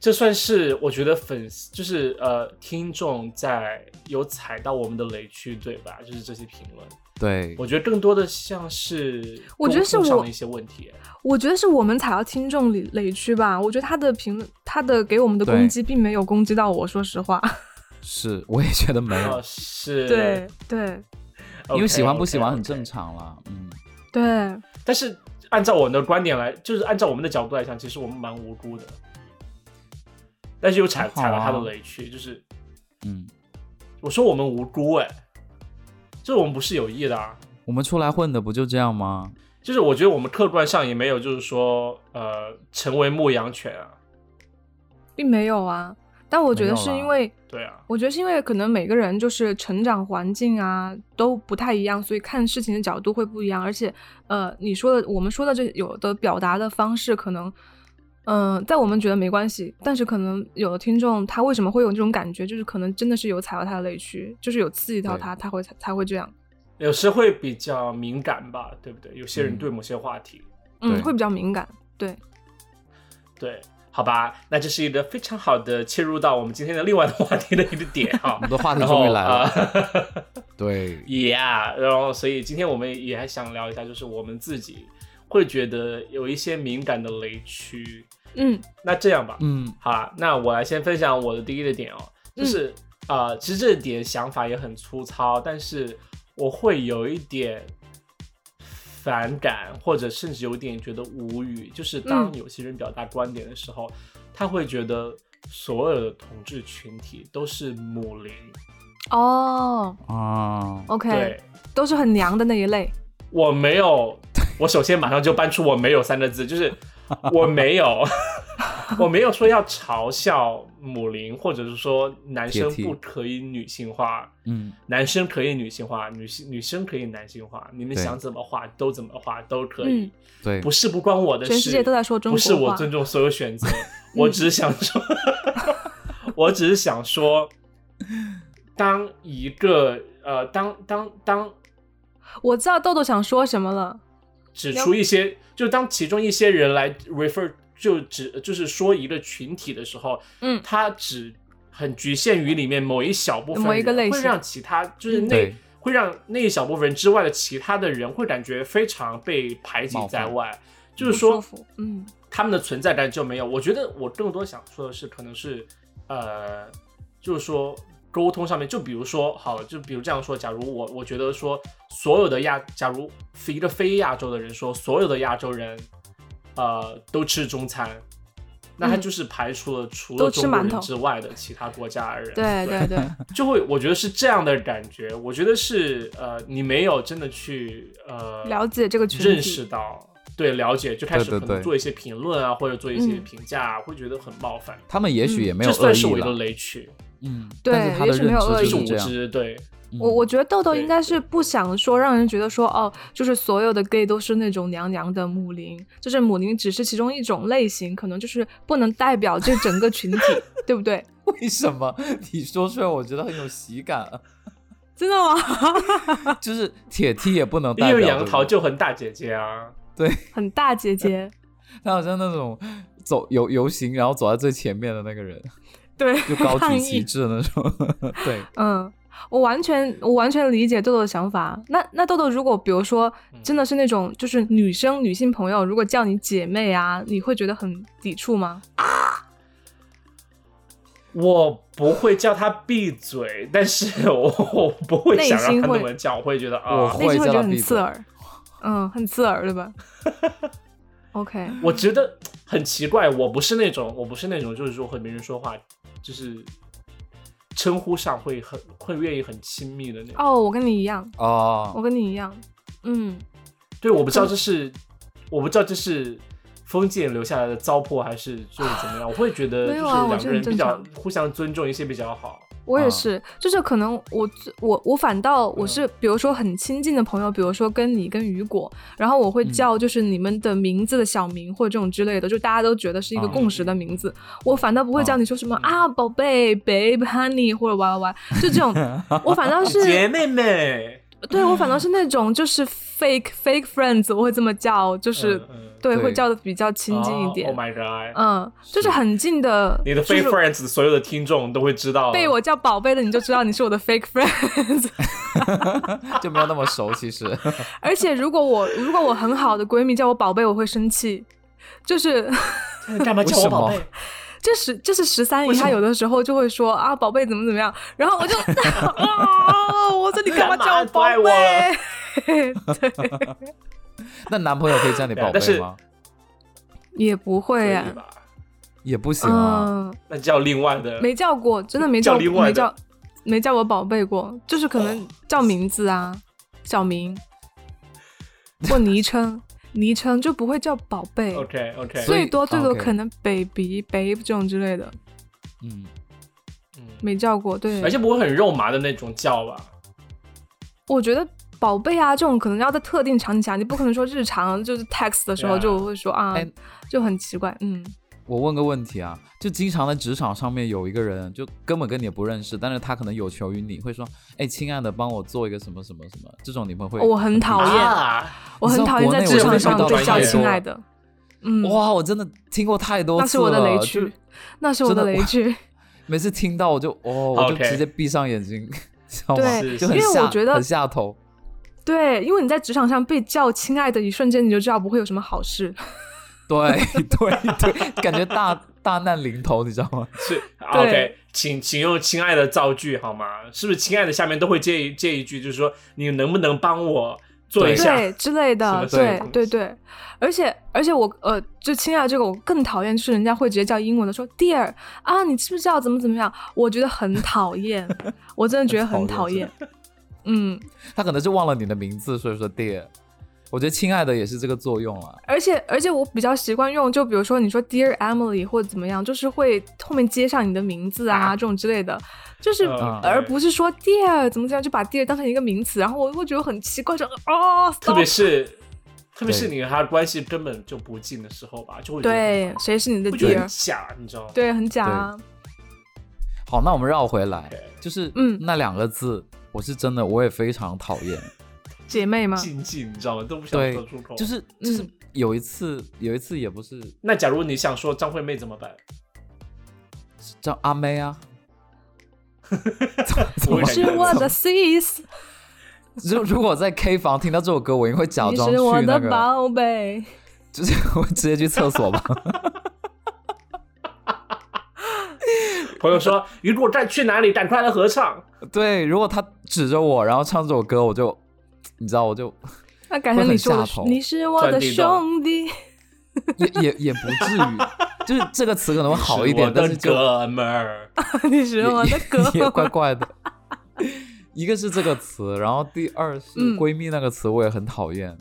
Speaker 1: 这算是我觉得粉丝就是呃听众在有踩到我们的雷区，对吧？就是这些评论，
Speaker 2: 对
Speaker 1: 我觉得更多的像是
Speaker 3: 我觉得是
Speaker 1: 沟通上
Speaker 3: 我
Speaker 1: 的一些问题，
Speaker 3: 我觉得是我们踩到听众里雷区吧，我觉得他的评论，他的给我们的攻
Speaker 2: 对
Speaker 3: 击并没有攻击到我，说实话，
Speaker 2: 是，我也觉得没
Speaker 1: 然
Speaker 2: 有
Speaker 1: 后，是
Speaker 3: 对对。
Speaker 1: OK，
Speaker 2: 因为喜欢不喜欢
Speaker 1: OK，
Speaker 2: 很正
Speaker 1: OK
Speaker 2: 常啦。嗯，
Speaker 3: 对，
Speaker 1: 但是按照我们的观点来，就是按照我们的角度来讲，其实我们蛮无辜的，但是又踩
Speaker 2: 还好
Speaker 1: 踩
Speaker 2: 啊
Speaker 1: 了他的雷区，就是
Speaker 2: 嗯，
Speaker 1: 我说我们无辜哎、就是我们不是有意的啊，
Speaker 2: 我们出来混的不就这样吗？
Speaker 1: 就是我觉得我们客观上也没有就是说呃成为牧羊犬啊，
Speaker 3: 并没有啊。但我觉得是
Speaker 2: 没有啦
Speaker 3: 因为，
Speaker 1: 对啊，
Speaker 3: 我觉得是因为可能每个人就是成长环境啊都不太一样，所以看事情的角度会不一样。而且，呃，你说的我们说的这有的表达的方式，可能，嗯、在我们觉得没关系，但是可能有的听众他为什么会有这种感觉，就是可能真的是有踩到他的雷区，就是有刺激到
Speaker 2: 对
Speaker 3: 他，他会才会这样，
Speaker 1: 有时会比较敏感吧，对不对？有些人
Speaker 2: 嗯
Speaker 1: 对某些话题，
Speaker 3: 嗯，
Speaker 2: 对
Speaker 3: 会比较敏感。
Speaker 1: 对，好吧，那这是一个非常好的切入到我们今天的另外的话题的一个点哈
Speaker 2: <laughs> 我们。的话题
Speaker 1: 然
Speaker 2: 终
Speaker 1: 后
Speaker 2: 于来了。
Speaker 1: 呃 <laughs>
Speaker 2: 对，
Speaker 1: Yeah，然后所以今天我们也还想聊一下，就是我们自己会觉得有一些敏感的雷区。
Speaker 3: 嗯
Speaker 1: 那这样吧，
Speaker 2: 嗯，
Speaker 1: 好啦，那我来先分享我的第一个点哦，就是啊、呃其实这点想法也很粗糙，但是我会有一点反感，或者甚至有点觉得无语，就是当
Speaker 3: 嗯
Speaker 1: 有些人表达观点的时候，他会觉得所有的同志群体都是母零，
Speaker 3: 哦
Speaker 2: 啊，
Speaker 3: ，OK，
Speaker 1: 对。
Speaker 3: 都是很娘的那一类。
Speaker 1: 我没有，我首先马上就搬出“我没有”三个字，就是我没有，我没有说要嘲笑母零，或者是说男生
Speaker 2: 铁 T
Speaker 1: 不可以女性化，
Speaker 2: 嗯，
Speaker 1: 男生可以女性化，女性女生可以男性化，你们
Speaker 2: 对
Speaker 1: 想怎么画都怎么画都可以，
Speaker 2: 对
Speaker 1: 不，是不关我的事，
Speaker 3: 嗯全世界都在说中
Speaker 1: 不
Speaker 3: 国
Speaker 1: 是我
Speaker 3: 话嗯
Speaker 1: 尊重所有选择，我只是想
Speaker 3: <laughs>
Speaker 1: 说，我只是想说，当一个呃，当当当
Speaker 3: 我知道豆豆想说什么了。
Speaker 1: 指出一些，就当其中一些人来 refer 就只就是说一个群体的时候，
Speaker 3: 嗯
Speaker 1: 他只很局限于里面某一小部分人，
Speaker 3: 某一个类型
Speaker 1: 会让其他就是
Speaker 3: 嗯
Speaker 1: 那
Speaker 2: 对
Speaker 1: 会让那一小部分人之外的其他的人会感觉非常被排挤
Speaker 2: 冒犯
Speaker 1: 在外，就是
Speaker 3: 不
Speaker 1: 说
Speaker 3: 舒服嗯，
Speaker 1: 他们的存在感就没有。我觉得我更多想说的是，可能是呃，就是说沟通上面，就比如说好了，就比如这样说，假如我我觉得说所有的亚，假如一个非亚洲的人说所有的亚洲人，呃，都吃中餐，那他
Speaker 3: 嗯
Speaker 1: 就是排除了除
Speaker 3: 都
Speaker 1: 了
Speaker 3: 吃
Speaker 1: 中国
Speaker 3: 馒
Speaker 1: 人
Speaker 3: 头
Speaker 1: 之外的其他国家的人，<laughs>
Speaker 3: 对对对，
Speaker 1: 就会我觉得是这样的感觉，我觉得是呃，你没有真的去呃
Speaker 3: 了解这个群体，
Speaker 1: 认识到。对，了解就开始
Speaker 2: 对对
Speaker 1: 可能
Speaker 2: 对
Speaker 1: 做一些评论啊，或者做一些
Speaker 3: 嗯
Speaker 1: 评价、啊，会觉得很冒犯。
Speaker 2: 他们也许也没有
Speaker 1: 这
Speaker 2: 恶
Speaker 1: 算是
Speaker 2: 意
Speaker 1: 我一个
Speaker 2: 了，
Speaker 1: 雷区，
Speaker 2: 嗯，
Speaker 3: 对
Speaker 2: 但是他的
Speaker 3: 也许没有恶
Speaker 2: 认
Speaker 1: 就
Speaker 3: 意
Speaker 1: 是无
Speaker 2: 知就是这样。
Speaker 1: 知。对，
Speaker 2: 嗯
Speaker 3: 我我觉得豆豆
Speaker 1: 对
Speaker 3: 应该是不想说让人觉得说哦，就是所有的 gay 都是那种娘娘的母灵，就是母灵只是其中一种类型，可能就是不能代表这整个
Speaker 1: <laughs>
Speaker 3: 群体，对不对？
Speaker 2: 为什么你说出来，我觉得很有喜感，
Speaker 3: 真的吗？ <laughs>
Speaker 2: 就是铁梯也不能代
Speaker 1: 因
Speaker 2: 表
Speaker 1: 为
Speaker 2: 这
Speaker 1: 杨
Speaker 2: 个
Speaker 1: 桃就很大姐姐啊，
Speaker 3: 很大姐姐，
Speaker 2: 他好像那种走游游行，然后走在最前面的那个人，
Speaker 3: 对，
Speaker 2: 就高
Speaker 3: 抗
Speaker 2: 举
Speaker 3: 议
Speaker 2: 旗帜的那种。 <laughs> 对，
Speaker 3: 嗯，我完全我完全理解豆豆的想法。那那豆豆，如果比如说
Speaker 1: 嗯
Speaker 3: 真的是那种就是女生女性朋友，如果叫你姐妹啊，你会觉得很抵触吗？
Speaker 1: 我不会叫她闭嘴，但是我我不会想
Speaker 3: 内
Speaker 1: 让
Speaker 3: 心
Speaker 1: 她
Speaker 3: 会
Speaker 1: 那么叫，我会觉得啊，
Speaker 2: 我
Speaker 3: 内
Speaker 2: 会
Speaker 3: 心会
Speaker 2: 叫
Speaker 3: 觉
Speaker 2: 他闭
Speaker 3: 得很刺
Speaker 2: 嘴。
Speaker 3: 耳，嗯，很刺耳，对吧？OK，
Speaker 1: 我觉得很奇怪，我不是那种，我不是那种，就是说和别人说话，就是称呼上会很会愿意很亲密的那种。
Speaker 3: 哦，我跟你一样，我
Speaker 2: 哦，
Speaker 3: 跟你一样，嗯，
Speaker 1: 对，我不知道这是，我不知道这是封建留下来的糟粕，还是就是怎么样。我会觉得就
Speaker 3: 没
Speaker 1: 是
Speaker 3: 有啊我
Speaker 1: 两
Speaker 3: 觉
Speaker 1: 个
Speaker 3: 得很
Speaker 1: 人比较
Speaker 3: 正
Speaker 1: 互相尊重一些比较好。
Speaker 3: 我也
Speaker 2: 啊
Speaker 3: 是，就是可能我自我我反倒我是，比如说很亲近的朋友，比如说跟你跟雨果，然后我会
Speaker 2: 嗯
Speaker 3: 叫就是你们的名字的小名或者这种之类的，就大家都觉得是一个
Speaker 2: 啊
Speaker 3: 共识的名字，我反倒不会
Speaker 2: 啊
Speaker 3: 叫你说什么啊宝贝、babe、honey 或者 y y y，就这种，我反倒是
Speaker 1: 姐妹嗯妹，
Speaker 3: 对我反倒是那种就是 fake fake friends，我会这么叫，就是、
Speaker 1: 嗯嗯
Speaker 3: 对会
Speaker 2: 对
Speaker 3: 叫的比较亲近一点，
Speaker 1: Oh my god！、
Speaker 3: 嗯，就是
Speaker 2: 是
Speaker 3: 很近的，
Speaker 1: 你的 f a
Speaker 3: 就是
Speaker 1: friends 所有的听众都会知道，
Speaker 3: 被我叫宝贝的，你就知道你是我的 fake friends。 <laughs>
Speaker 2: 就没有那么熟，其实 <laughs>
Speaker 3: 而且如果我如果我很好的闺蜜叫我宝贝，我会生气。就是 <laughs>
Speaker 1: 哎干嘛叫我宝
Speaker 2: 为
Speaker 1: 贝
Speaker 2: 什？
Speaker 3: 这十这是十三姨，
Speaker 1: 为什么
Speaker 3: 她有的时候就会说啊宝贝怎么怎么样，然后我就 <laughs> 啊，我说你干嘛叫我宝
Speaker 1: 干嘛怪
Speaker 3: 贝？
Speaker 2: 那男朋友可以叫你宝
Speaker 1: 啊但
Speaker 2: 贝
Speaker 1: 是
Speaker 2: 吗？
Speaker 3: 也不
Speaker 1: 可
Speaker 3: 会
Speaker 1: 以
Speaker 3: 呀、
Speaker 1: 吧？
Speaker 2: 也不行啊。
Speaker 3: 嗯，
Speaker 1: 那叫另外 <laughs> 的，
Speaker 3: 没叫过，真的没叫
Speaker 1: 叫另外的哦
Speaker 3: 没叫没叫我宝贝过，就是可能叫名字啊，小名或昵 <laughs> 称，昵称就不会叫宝贝。
Speaker 1: OK OK，
Speaker 2: 所以
Speaker 3: 最多最多
Speaker 2: 哦 OK
Speaker 3: 可能 baby babe 这种之类的，
Speaker 2: 嗯，
Speaker 1: 嗯，
Speaker 3: 没叫过。对，
Speaker 1: 而且不会很肉麻的那种叫吧？
Speaker 3: 我觉得宝贝啊这种可能要在特定场景下，你不可能说日常就是 text 的时候
Speaker 1: Yeah
Speaker 3: 就会说啊
Speaker 2: 哎，
Speaker 3: 就很奇怪。嗯，
Speaker 2: 我问个问题啊，就经常在职场上面有一个人，就根本跟你也不认识，但是他可能有求于你，会说，哎，亲爱的，帮我做一个什么什么什么，这种你们会
Speaker 3: 哦我很讨厌，
Speaker 1: 啊，哦
Speaker 3: 我很讨厌在
Speaker 2: 你
Speaker 3: 职
Speaker 1: 知道国
Speaker 3: 场
Speaker 1: 内
Speaker 3: 上
Speaker 1: 我
Speaker 3: 被
Speaker 1: 遇到
Speaker 3: 叫
Speaker 1: 太
Speaker 3: 亲
Speaker 1: 多
Speaker 3: 爱的。嗯，
Speaker 2: 哇，我真的听过太多
Speaker 3: 那
Speaker 2: 次
Speaker 3: 是
Speaker 2: 了，
Speaker 3: 我的雷
Speaker 2: 哦就
Speaker 3: 区，那是我
Speaker 2: 真
Speaker 3: 的
Speaker 2: 的
Speaker 3: 雷
Speaker 2: 我
Speaker 3: 区。
Speaker 2: 每次听到我就哦，我就
Speaker 1: OK
Speaker 2: 直接闭上眼睛， <laughs> 知道吗？
Speaker 3: 对，
Speaker 2: 就
Speaker 1: 是
Speaker 2: 很
Speaker 3: 因为我
Speaker 2: 下
Speaker 3: 觉得
Speaker 2: 很下头。
Speaker 3: 对，因为你在职场上被叫亲爱的一瞬间，你就知道不会有什么好事。
Speaker 2: 对 <laughs> 对对，感觉大 <laughs> 大难临头，你知道吗？ <laughs>
Speaker 1: 是啊 OK，请请用“亲爱的”造句好吗？是不是“亲爱的”下面都会接一接一句，就是说你能不能帮我做一下？
Speaker 3: <laughs> 对之类
Speaker 1: 什
Speaker 3: <laughs> 的，
Speaker 1: 么
Speaker 3: 对
Speaker 1: 东西
Speaker 3: 对对，而且而且我呃，就亲爱的这个，我更讨厌就是人家会直接叫英文的，说 dear 啊，你知不知道怎么怎么样？我觉得很讨厌，我真的觉得很讨
Speaker 2: 讨厌
Speaker 3: 厌。 <laughs> 嗯，
Speaker 2: 他可能是忘了你的名字，所以说 dear。我觉得亲爱的也是这个作用啊了。
Speaker 3: 而且而且我比较习惯用，就比如说你说 dear Emily 或者怎么样，就是会后面接上你的名字啊呃
Speaker 1: 啊
Speaker 3: 这种之类的，就是、
Speaker 1: 嗯
Speaker 3: 而不是说 dear 怎么怎么样，就把 dear 当成一个名词，然后我会觉得很奇怪，就哦，
Speaker 1: 特
Speaker 3: stop
Speaker 1: 别是特别是
Speaker 2: 对
Speaker 1: 你和他关系根本就不近的时候吧，就会觉得
Speaker 3: 对，谁是你的
Speaker 1: 会觉得很
Speaker 3: dear？
Speaker 1: 假，你知道吗？
Speaker 3: 对，很假啊。
Speaker 2: 好，那我们绕回来
Speaker 1: OK，
Speaker 2: 就是
Speaker 3: 嗯
Speaker 2: 那两个字，我是真的我也非常讨
Speaker 1: <laughs>
Speaker 2: 厌。
Speaker 3: 姐妹吗？
Speaker 1: 禁忌，你知道吗？都不想
Speaker 2: 对
Speaker 1: 说出口。
Speaker 3: 嗯
Speaker 2: 就是就是有一次有一次也不是
Speaker 1: 那假如你想说张惠妹怎么办？
Speaker 2: 叫阿妹
Speaker 1: <laughs>
Speaker 2: 啊， <laughs>
Speaker 1: 我也
Speaker 3: 是
Speaker 1: 感觉
Speaker 3: 我的 sis，
Speaker 2: 就如果我在 K 房听到这首歌，我应该会假
Speaker 3: 你
Speaker 2: 装
Speaker 3: 是我
Speaker 2: 去那
Speaker 3: 的
Speaker 2: 个，
Speaker 3: 宝贝。
Speaker 2: 就是
Speaker 1: <laughs>
Speaker 2: 我直接去厕所吧。
Speaker 1: 朋友说：“雨果站去哪里？赶快来合唱。
Speaker 2: <laughs> 对，如果他指着我，然后唱这首歌，我就，你知道，我就
Speaker 3: 那改成你说
Speaker 2: 会
Speaker 3: 的
Speaker 2: 很下头，
Speaker 3: 你是我的兄弟，
Speaker 2: 也也也不至于，就是这个词可能会”好一
Speaker 1: 是
Speaker 2: 点，
Speaker 1: 我
Speaker 2: 但
Speaker 1: 的
Speaker 2: 是就
Speaker 1: 哥们
Speaker 2: <laughs>
Speaker 1: 儿，
Speaker 3: 你是我的哥
Speaker 2: 也也
Speaker 3: 们
Speaker 2: 怪怪的。一个是这个词，然后第二是
Speaker 3: 嗯
Speaker 2: 闺蜜那个词，我也很讨厌。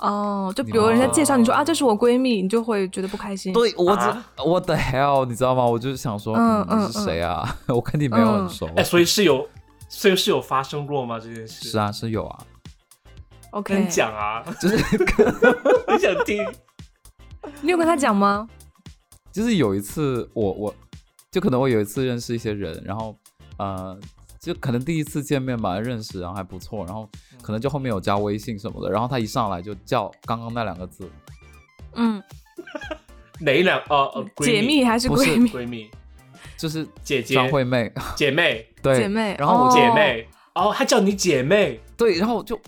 Speaker 3: 哦，就比如人家介绍你说啊，这是我闺蜜，你就会觉得不开心。
Speaker 2: 对我只
Speaker 1: 啊
Speaker 2: 我的 hell，你知道吗？我就想说，
Speaker 3: 嗯
Speaker 2: 嗯，你是
Speaker 3: 嗯
Speaker 2: 谁啊？ <laughs> 我跟你没有很
Speaker 3: 嗯
Speaker 2: 熟。
Speaker 1: 哎，所以是有，所以是有发生过吗？这件事
Speaker 2: 是啊，是有啊，
Speaker 1: 那你
Speaker 3: OK，
Speaker 1: 讲啊， <laughs>
Speaker 2: 就是
Speaker 1: 很想听。
Speaker 3: 你有跟他讲吗？
Speaker 2: 就是有一次我我就可能我有一次认识一些人，然后呃就可能第一次见面吧，认识然后还不错，然后
Speaker 1: 嗯
Speaker 2: 可能就后面有加微信什么的，然后他一上来就叫刚刚那两个字，
Speaker 3: 嗯，
Speaker 1: 哪两？哦，哦闺
Speaker 3: 解
Speaker 1: 蜜，
Speaker 3: 密还是
Speaker 2: 不是
Speaker 3: 闺蜜？
Speaker 1: 闺蜜，
Speaker 2: 就是
Speaker 1: 姐姐，
Speaker 2: 张惠妹， <laughs>
Speaker 1: 姐妹，
Speaker 2: 对
Speaker 3: 姐妹
Speaker 2: 然后我
Speaker 3: 哦
Speaker 1: 姐妹。哦，还叫你姐妹，
Speaker 2: 对，然后我就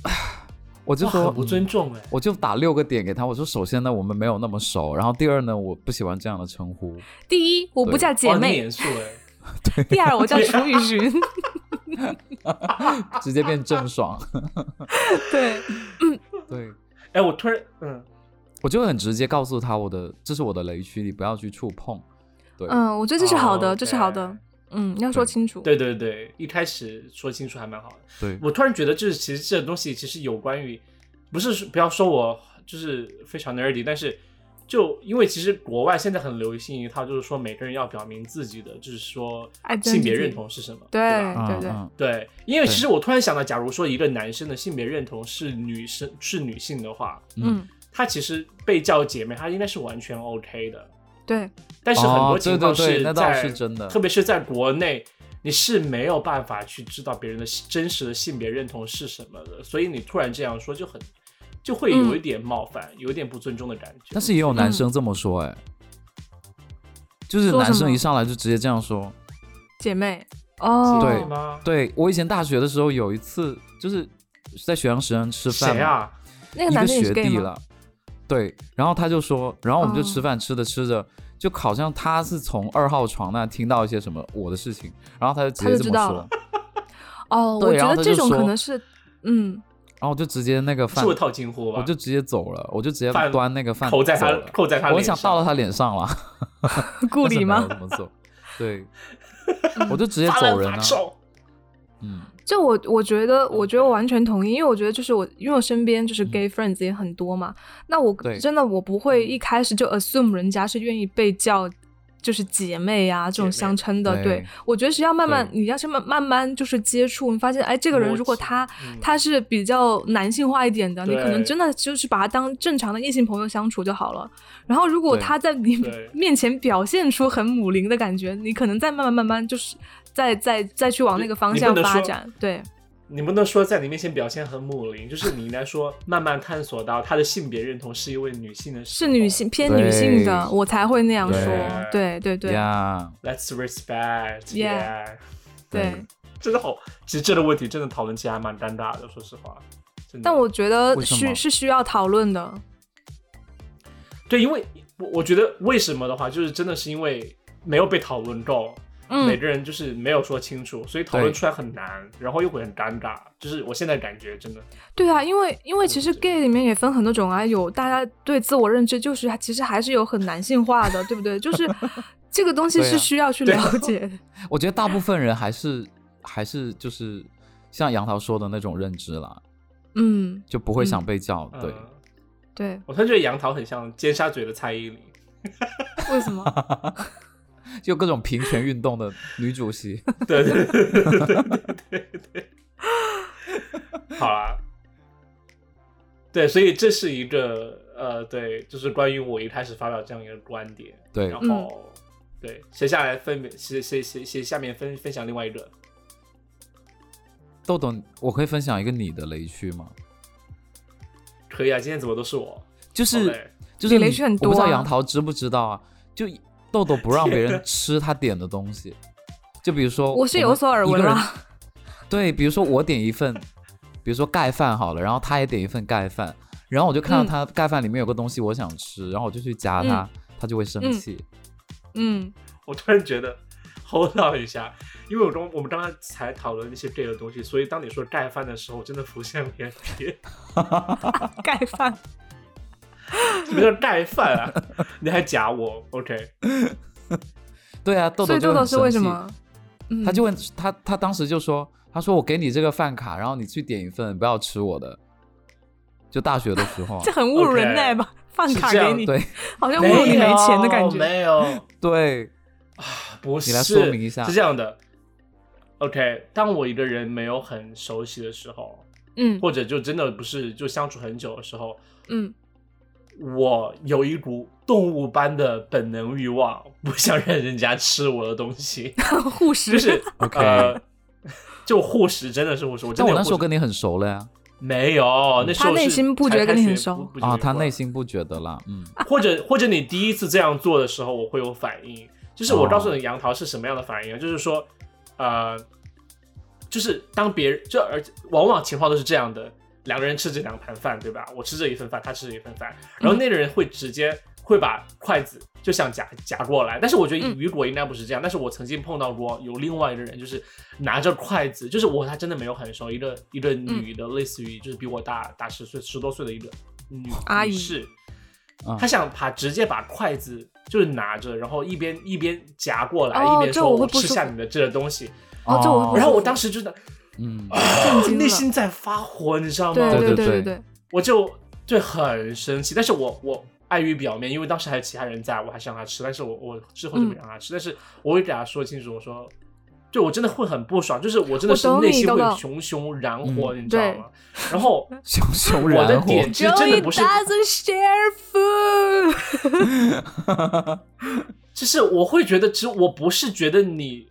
Speaker 2: 我就
Speaker 1: 哇
Speaker 2: 说嗯
Speaker 1: 很不尊重哎。
Speaker 2: 我就打六个点给他，我说首先呢我们没有那么熟，然后第二呢我不喜欢这样的称呼，
Speaker 3: 第一，我不叫姐
Speaker 1: 哇你
Speaker 3: 妹；
Speaker 1: 严肃哎，
Speaker 3: 第二，我叫楚雨荨。
Speaker 2: 直接变郑
Speaker 1: <laughs>
Speaker 2: 爽，
Speaker 3: 对，
Speaker 2: 对。
Speaker 1: 哎，我突然，嗯，
Speaker 2: 我就会很直接告诉他我的这是我的雷区，你不要去触碰。对，
Speaker 3: 嗯，我觉得这是好
Speaker 1: 哦
Speaker 3: 的，这是好的
Speaker 1: ，OK。
Speaker 3: 嗯，要说清楚。
Speaker 1: 对对对，一开始说清楚还蛮好的。
Speaker 2: 对，
Speaker 1: 我突然觉得，就是其实这东西其实有关于，不是说不要说我就是非常 nerdy，但是就因为其实国外现在很流行一套，就是说每个人要表明自己的，就是说
Speaker 3: Identity
Speaker 1: 性别认同是什么，
Speaker 3: 对
Speaker 1: 对吧？
Speaker 2: 嗯
Speaker 3: 对对
Speaker 2: 嗯
Speaker 1: 对，因为
Speaker 2: 对
Speaker 1: 其实我突然想到，假如说一个男生的性别认同是女生是女性的话，
Speaker 3: 嗯，
Speaker 1: 他其实被叫姐妹，他应该是完全 OK 的。
Speaker 3: 对，
Speaker 1: 但是很多
Speaker 2: 哦
Speaker 1: 情况
Speaker 2: 对对对
Speaker 1: 是
Speaker 2: 那倒
Speaker 1: 在，
Speaker 2: 是真的
Speaker 1: 特别是在国内，你是没有办法去知道别人的真实的性别认同是什么的，所以你突然这样说就很，就会有一点冒犯，有一点不尊重的感觉。
Speaker 2: 但是也有男生这么说、哎、就是
Speaker 3: 嗯说什
Speaker 2: 男生
Speaker 3: 么
Speaker 2: 一上来就直接这样说。
Speaker 3: 姐妹。哦，
Speaker 1: 对
Speaker 2: 对
Speaker 1: 吗？
Speaker 2: 对我以前大学的时候有一次，就是在学堂食堂吃饭
Speaker 1: 谁
Speaker 2: 嘛，
Speaker 1: 啊？
Speaker 3: 那个
Speaker 2: 一
Speaker 3: 男
Speaker 2: 个
Speaker 3: 的也
Speaker 2: 学
Speaker 3: 是 gay
Speaker 2: 弟
Speaker 3: 吗？
Speaker 2: 了，对，然后他就说，然后我们就
Speaker 3: 哦
Speaker 2: 吃饭，吃着吃着，就好像他是从二号床那听到一些什么我的事情，然后他就直
Speaker 3: 他就
Speaker 2: 接这
Speaker 3: 知
Speaker 2: 么
Speaker 3: 道
Speaker 2: 说
Speaker 3: 了，哦，
Speaker 2: 对
Speaker 3: 我
Speaker 2: 然
Speaker 3: 觉
Speaker 2: 后
Speaker 3: 得
Speaker 2: 他
Speaker 3: 这
Speaker 2: 就
Speaker 3: 种可
Speaker 2: 说
Speaker 3: 能是，嗯，
Speaker 2: 然后我就直接那个
Speaker 1: 是
Speaker 2: 饭
Speaker 1: 我套近乎吧？
Speaker 2: 我就直接走了，我就直接
Speaker 1: 啊饭
Speaker 2: 端那个饭
Speaker 1: 扣在
Speaker 2: 走
Speaker 1: 他
Speaker 2: 了，
Speaker 1: 扣在他
Speaker 2: 我
Speaker 1: 脸上。
Speaker 2: 想到了他脸上了，
Speaker 3: 顾
Speaker 2: 但是
Speaker 3: 里
Speaker 2: 没有
Speaker 3: 吗？嗯
Speaker 2: 怎么
Speaker 3: <laughs>
Speaker 2: 做？对，我就直接
Speaker 1: 发
Speaker 2: 走人
Speaker 1: 发
Speaker 2: 啊。
Speaker 1: 臭
Speaker 2: 嗯，
Speaker 3: 就我我觉得，我觉得我完全同意，因为我觉得就是我，因为我身边就是 gay friends 也很多嘛，那我
Speaker 2: 嗯对
Speaker 3: 真的我不会一开始就 assume 人家是愿意被叫。就是姐妹呀、这种
Speaker 1: 姐妹
Speaker 3: 相称的，
Speaker 2: 对
Speaker 3: 对我觉得是要慢慢，
Speaker 2: 对
Speaker 3: 你要是慢慢慢就是接触，你发现，哎，这个人
Speaker 1: 默
Speaker 3: 如果
Speaker 1: 契
Speaker 3: 他
Speaker 1: 嗯
Speaker 3: 他是比较男性化一点的，你可
Speaker 1: 对
Speaker 3: 能真的就是把他当正常的异性朋友相处就好了。然后如果
Speaker 2: 对
Speaker 3: 他在你
Speaker 1: 对
Speaker 3: <laughs> 面前表现出很母灵的感觉，你可能再慢慢慢慢就是再再再去往那个方
Speaker 1: 你不
Speaker 3: 向
Speaker 1: 能
Speaker 3: 发
Speaker 1: 说
Speaker 3: 展，对。
Speaker 1: 你不能说在你面前表现很母灵，就是你应该说慢慢探索到他的性别认同是一位女性的，
Speaker 3: 是女性。偏女性的，
Speaker 2: 哦对
Speaker 3: 我才会那样说。
Speaker 1: 对
Speaker 3: 对对对
Speaker 2: 呀，
Speaker 1: Let's respect.
Speaker 3: Yeah.
Speaker 1: yeah.
Speaker 3: 对。
Speaker 1: 真的好，其实这个问题真的讨论起来蛮尴尬的，说实话。真的
Speaker 3: 但我觉得
Speaker 2: 为什么
Speaker 3: 需是需要讨论的。
Speaker 1: 对，因为我我觉得为什么的话，就是真的是因为没有被讨论够，每
Speaker 3: 嗯，
Speaker 1: 个人就是没有说清楚，所以讨论出来很难，然后又会很尴尬。就是我现在感觉真的，
Speaker 3: 对啊，因为因为其实
Speaker 1: 对对
Speaker 3: gay 里面也分很多种啊，有大家对自我认知就是其实还是有很男性化的，对不对？就是这个东西
Speaker 2: 对
Speaker 3: 是
Speaker 2: 啊
Speaker 3: 需要去
Speaker 1: 对啊
Speaker 3: 了解的。
Speaker 2: 我觉得大部分人还是还是就是像杨桃说的那种认知啦，
Speaker 3: 嗯，
Speaker 2: 就不会想
Speaker 3: 嗯
Speaker 2: 被叫。对
Speaker 1: 嗯， <laughs>
Speaker 3: 对，
Speaker 1: 我突然觉得杨桃很像尖沙咀的蔡依林，
Speaker 3: 为什么？
Speaker 2: 就各种平权运动的女主
Speaker 3: <laughs>
Speaker 2: 席。
Speaker 1: <laughs> 对对对对对对对 <laughs> 对。好啦，对，所以这是一个呃，对，就是关于我一开始发表这样一个观点，
Speaker 2: 对
Speaker 1: 然后、对，谁下来分别谁谁谁谁下面分分享另外一个，
Speaker 2: 豆豆，我可以分享一个你的雷区吗？
Speaker 1: 可以啊，今天怎么都是我，
Speaker 2: 就是
Speaker 1: 好嘞
Speaker 2: 就是
Speaker 3: 你雷区很
Speaker 2: 我不知
Speaker 3: 多
Speaker 2: 道
Speaker 3: 啊
Speaker 2: 杨桃知不知道啊？就豆豆不让别人吃他点的东西，就比如说
Speaker 3: 我是有
Speaker 2: 们
Speaker 3: 所耳
Speaker 2: 一个
Speaker 3: 闻啊
Speaker 2: 人
Speaker 3: 啦。
Speaker 2: 对，比如说我点一份，比如说盖饭好了，然后他也点一份盖饭，然后我就看到
Speaker 3: 嗯
Speaker 2: 他盖饭里面有个东西我想吃，然后我就去夹他，他就会生
Speaker 3: 嗯
Speaker 2: 气。
Speaker 3: 嗯，
Speaker 1: 我突然觉得偷 <laughs> 到一下，因为我中我们刚刚才讨论一些这个东西，所以当你说盖饭的时候，我真的浮现联翩。
Speaker 3: 盖饭。
Speaker 1: <laughs> 什么叫盖饭啊？ <laughs> 你还夹我？OK，
Speaker 2: 对啊，豆
Speaker 3: 所
Speaker 2: 豆
Speaker 3: 以
Speaker 2: 就
Speaker 3: 豆豆
Speaker 2: 很
Speaker 3: 是为
Speaker 2: 生
Speaker 3: 什
Speaker 2: 气
Speaker 3: 么？嗯
Speaker 2: 他就问他，他当时就说，他说我给你这个饭卡，然后你去点一份，不要吃我的。就大学的时
Speaker 3: <laughs>
Speaker 2: 候啊
Speaker 3: 这，很侮辱人
Speaker 1: OK
Speaker 3: 耐吧？饭
Speaker 1: 是
Speaker 3: 卡
Speaker 1: 这
Speaker 3: 给
Speaker 1: 样
Speaker 3: 你，
Speaker 2: 对
Speaker 3: 好像侮辱 <laughs> 你没钱的感
Speaker 1: 有
Speaker 3: 觉。
Speaker 1: 没有，
Speaker 2: 对，
Speaker 1: 不是，
Speaker 2: 你来说明一下
Speaker 1: 是这样的。OK，当我一个人没有很熟悉的时候，
Speaker 3: 嗯
Speaker 1: 或者就真的不是就相处很久的时候，
Speaker 3: 嗯， <laughs>
Speaker 1: 我有一股动物般的本能欲望，不想让人家吃我的东西， <laughs>
Speaker 3: 护食
Speaker 1: 就是
Speaker 2: OK
Speaker 1: 呃，就护食真的是护食，我真
Speaker 2: 但
Speaker 1: 的
Speaker 2: 我
Speaker 1: 有
Speaker 2: 那
Speaker 1: 护
Speaker 2: 时候
Speaker 1: 食
Speaker 2: 跟你很熟了呀，
Speaker 1: 没有，那时候
Speaker 3: 他内
Speaker 1: 是
Speaker 3: 心不
Speaker 1: 才
Speaker 3: 觉得
Speaker 1: 开
Speaker 3: 跟你很
Speaker 1: 学
Speaker 3: 熟
Speaker 1: 不不久
Speaker 2: 啊，
Speaker 1: 一
Speaker 2: 他
Speaker 1: 会儿
Speaker 2: 内心不觉得啦，嗯，
Speaker 1: <laughs> 或者或者你第一次这样做的时候，我会有反应。就是我
Speaker 2: 哦
Speaker 1: 告诉你杨桃是什么样的反应啊，就是说，呃，就是当别人就而往往情况都是这样的，两个人吃这两盘饭，对吧？我吃这一份饭，他吃这一份饭，然后那个人会直接会把筷子就想夹夹过来，但是我觉得
Speaker 3: 嗯
Speaker 1: 雨果应该不是这样，但是我曾经碰到过有另外一个人，就是拿着筷子，就是我和他真的没有很熟，一个一个女的，类似于就是比我大大十岁十多岁的一个女
Speaker 3: 阿姨
Speaker 1: 女士，
Speaker 2: 嗯
Speaker 1: 他想把直接把筷子就是拿着，然后一边一边夹过来，
Speaker 3: 哦
Speaker 1: 一边
Speaker 3: 这
Speaker 1: 说
Speaker 3: 我会
Speaker 1: 我
Speaker 3: 不
Speaker 1: 吃
Speaker 3: 舒
Speaker 1: 下
Speaker 3: 服
Speaker 1: 你的这个东西。
Speaker 3: 哦这我
Speaker 1: 然后我
Speaker 3: 不舒服
Speaker 1: 当时就的 <laughs>
Speaker 2: 嗯，
Speaker 3: 震惊了
Speaker 1: 内心在发火，你知道吗？
Speaker 3: 对
Speaker 2: 对
Speaker 3: 对
Speaker 2: 对
Speaker 3: 对，
Speaker 1: 我就对很生气，但是我我碍于表面，因为当时还有其他人在，我还是让他吃，但是我我之后就没让
Speaker 3: 嗯
Speaker 1: 他吃，但是我会给他说清楚，我说。对，我真的会很不爽，就是我真的是
Speaker 3: 我懂你
Speaker 1: 内心
Speaker 3: 豆
Speaker 1: 会
Speaker 3: 豆
Speaker 1: 熊熊燃火，你知道
Speaker 3: 对
Speaker 1: 吗？然后
Speaker 2: 熊熊
Speaker 1: 我的
Speaker 2: 燃火，
Speaker 1: 点其实真的
Speaker 3: Joey
Speaker 1: 不是
Speaker 3: doesn't share food 。
Speaker 1: 就是我会觉得，其实我不是觉得你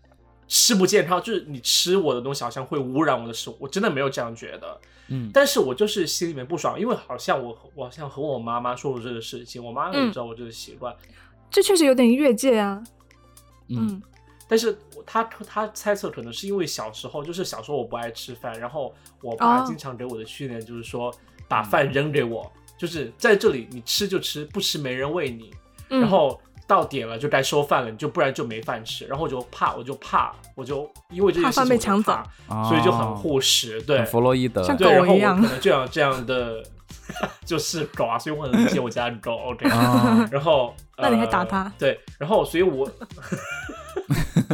Speaker 1: 吃不健康，就是你吃我的东西好像会污染我的食物，我真的没有这样觉得。
Speaker 2: 嗯，
Speaker 1: 但是我就是心里面不爽，因为好像我和我好像和我妈妈说过这个事情，我妈妈也
Speaker 3: 嗯
Speaker 1: 知道我这个习惯，
Speaker 3: 这确实有点越界啊。
Speaker 2: 嗯
Speaker 3: 嗯，
Speaker 1: 但是我她她猜测可能是因为小时候，就是小时候我不爱吃饭，然后我爸
Speaker 3: 哦
Speaker 1: 经常给我的训练就是说把饭扔给我，就是在这里你吃就吃，不吃没人喂你，
Speaker 3: 嗯
Speaker 1: 然后到点了就该收饭了，你就不然就没饭吃。然后我就怕，我就怕，我就因为这件事情
Speaker 3: 怕饭被
Speaker 1: 我就
Speaker 3: 抢走
Speaker 1: 怕所以就很护食。对
Speaker 2: 啊很弗洛伊德，
Speaker 3: 像
Speaker 1: 对，然后
Speaker 3: 狗一
Speaker 1: 我
Speaker 3: 样
Speaker 1: 可能就像这样的， <laughs> 就是狗啊，所以我很理解我家的狗。OK，
Speaker 2: 啊
Speaker 1: 然后
Speaker 3: 那你还
Speaker 1: 呃
Speaker 3: 打它
Speaker 1: 对，然后所以我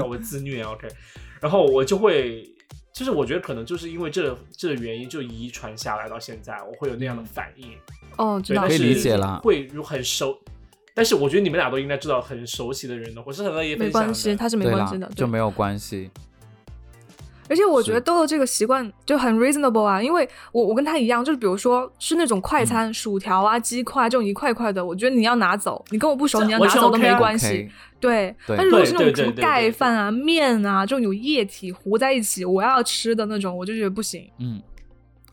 Speaker 1: <laughs> 我自虐 OK，然后我就会。就是我觉得可能就是因为这这个原因就遗传下来到现在，我会有那样
Speaker 3: 嗯
Speaker 1: 的反应。
Speaker 3: 哦，知
Speaker 1: 对，
Speaker 3: 道
Speaker 1: 但
Speaker 2: 可以
Speaker 1: 是
Speaker 2: 理解啦
Speaker 1: 会如很熟，但是我觉得你们俩都应该知道，很熟悉的人呢，我是很乐意
Speaker 3: 没
Speaker 1: 分享的。
Speaker 3: 关系，他是没
Speaker 2: 对
Speaker 3: 关
Speaker 2: 啦
Speaker 3: 系的，，
Speaker 2: 就
Speaker 3: 对
Speaker 2: 没有关系，
Speaker 3: 而且我觉得
Speaker 2: 是
Speaker 3: 豆豆这个习惯就很 reasonable 啊，因为我我跟他一样，就是比如说吃那种
Speaker 2: 嗯
Speaker 3: 快餐、薯条啊、鸡块这种一块一块的，我觉得你要拿走，你跟我不熟，
Speaker 1: 这
Speaker 3: 你要
Speaker 1: 完
Speaker 3: 拿
Speaker 1: 全
Speaker 3: 走都
Speaker 1: OK
Speaker 3: 没
Speaker 1: 啊
Speaker 3: 关
Speaker 2: OK
Speaker 3: 系。对，
Speaker 2: 对
Speaker 3: 但是如果是那
Speaker 1: 对对
Speaker 3: 种
Speaker 1: 对
Speaker 3: 什么
Speaker 1: 对
Speaker 3: 盖
Speaker 1: 对
Speaker 3: 饭啊、面啊这种有液体糊在一起，我要吃的那种，我就觉得不行。
Speaker 2: 嗯，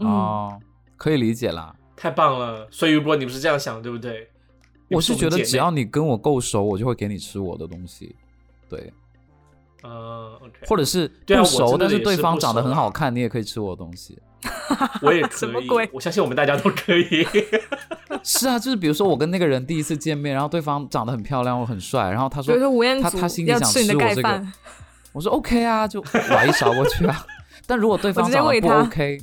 Speaker 3: 嗯
Speaker 2: 哦，可以理解啦。
Speaker 1: 太棒了，所以如果你们是这样想，对不对？你
Speaker 2: 我
Speaker 1: 们
Speaker 2: 是
Speaker 1: 我
Speaker 2: 觉
Speaker 1: 们姐
Speaker 2: 得只
Speaker 1: 妹
Speaker 2: 要你跟我够熟，我就会给你吃我的东西，对，
Speaker 1: 嗯，OK，
Speaker 2: <laughs> 或者是
Speaker 1: 对啊
Speaker 2: 不
Speaker 1: 我
Speaker 2: 熟，
Speaker 1: 真的
Speaker 2: 但
Speaker 1: 也
Speaker 2: 是
Speaker 1: 是
Speaker 2: 对方
Speaker 1: 不
Speaker 2: 长得
Speaker 1: 熟
Speaker 2: 很
Speaker 1: 啊
Speaker 2: 好看，你也可以吃我的东西。 <laughs>
Speaker 1: 我也
Speaker 3: 什
Speaker 1: 可
Speaker 3: 么
Speaker 1: 以
Speaker 3: 鬼，
Speaker 1: 我相信我们大家都可
Speaker 2: <laughs>
Speaker 1: 以。
Speaker 2: 是啊，就是比如说我跟那个人第一次见面，然后对方长得很漂亮，我很帅，然后他
Speaker 3: 嗯比
Speaker 2: 说
Speaker 3: 如说吴彦
Speaker 2: 他
Speaker 3: 祖
Speaker 2: 他心里
Speaker 3: 要
Speaker 2: 想
Speaker 3: 吃你的
Speaker 2: 我
Speaker 3: 盖
Speaker 2: 这个
Speaker 3: 饭，，
Speaker 2: 我说 OK 啊，就挖一勺过去
Speaker 3: <laughs>
Speaker 2: 啊。但如果对
Speaker 3: 我
Speaker 2: 方
Speaker 3: 直接
Speaker 2: 长得
Speaker 3: 喂
Speaker 2: 不
Speaker 3: 他
Speaker 2: OK，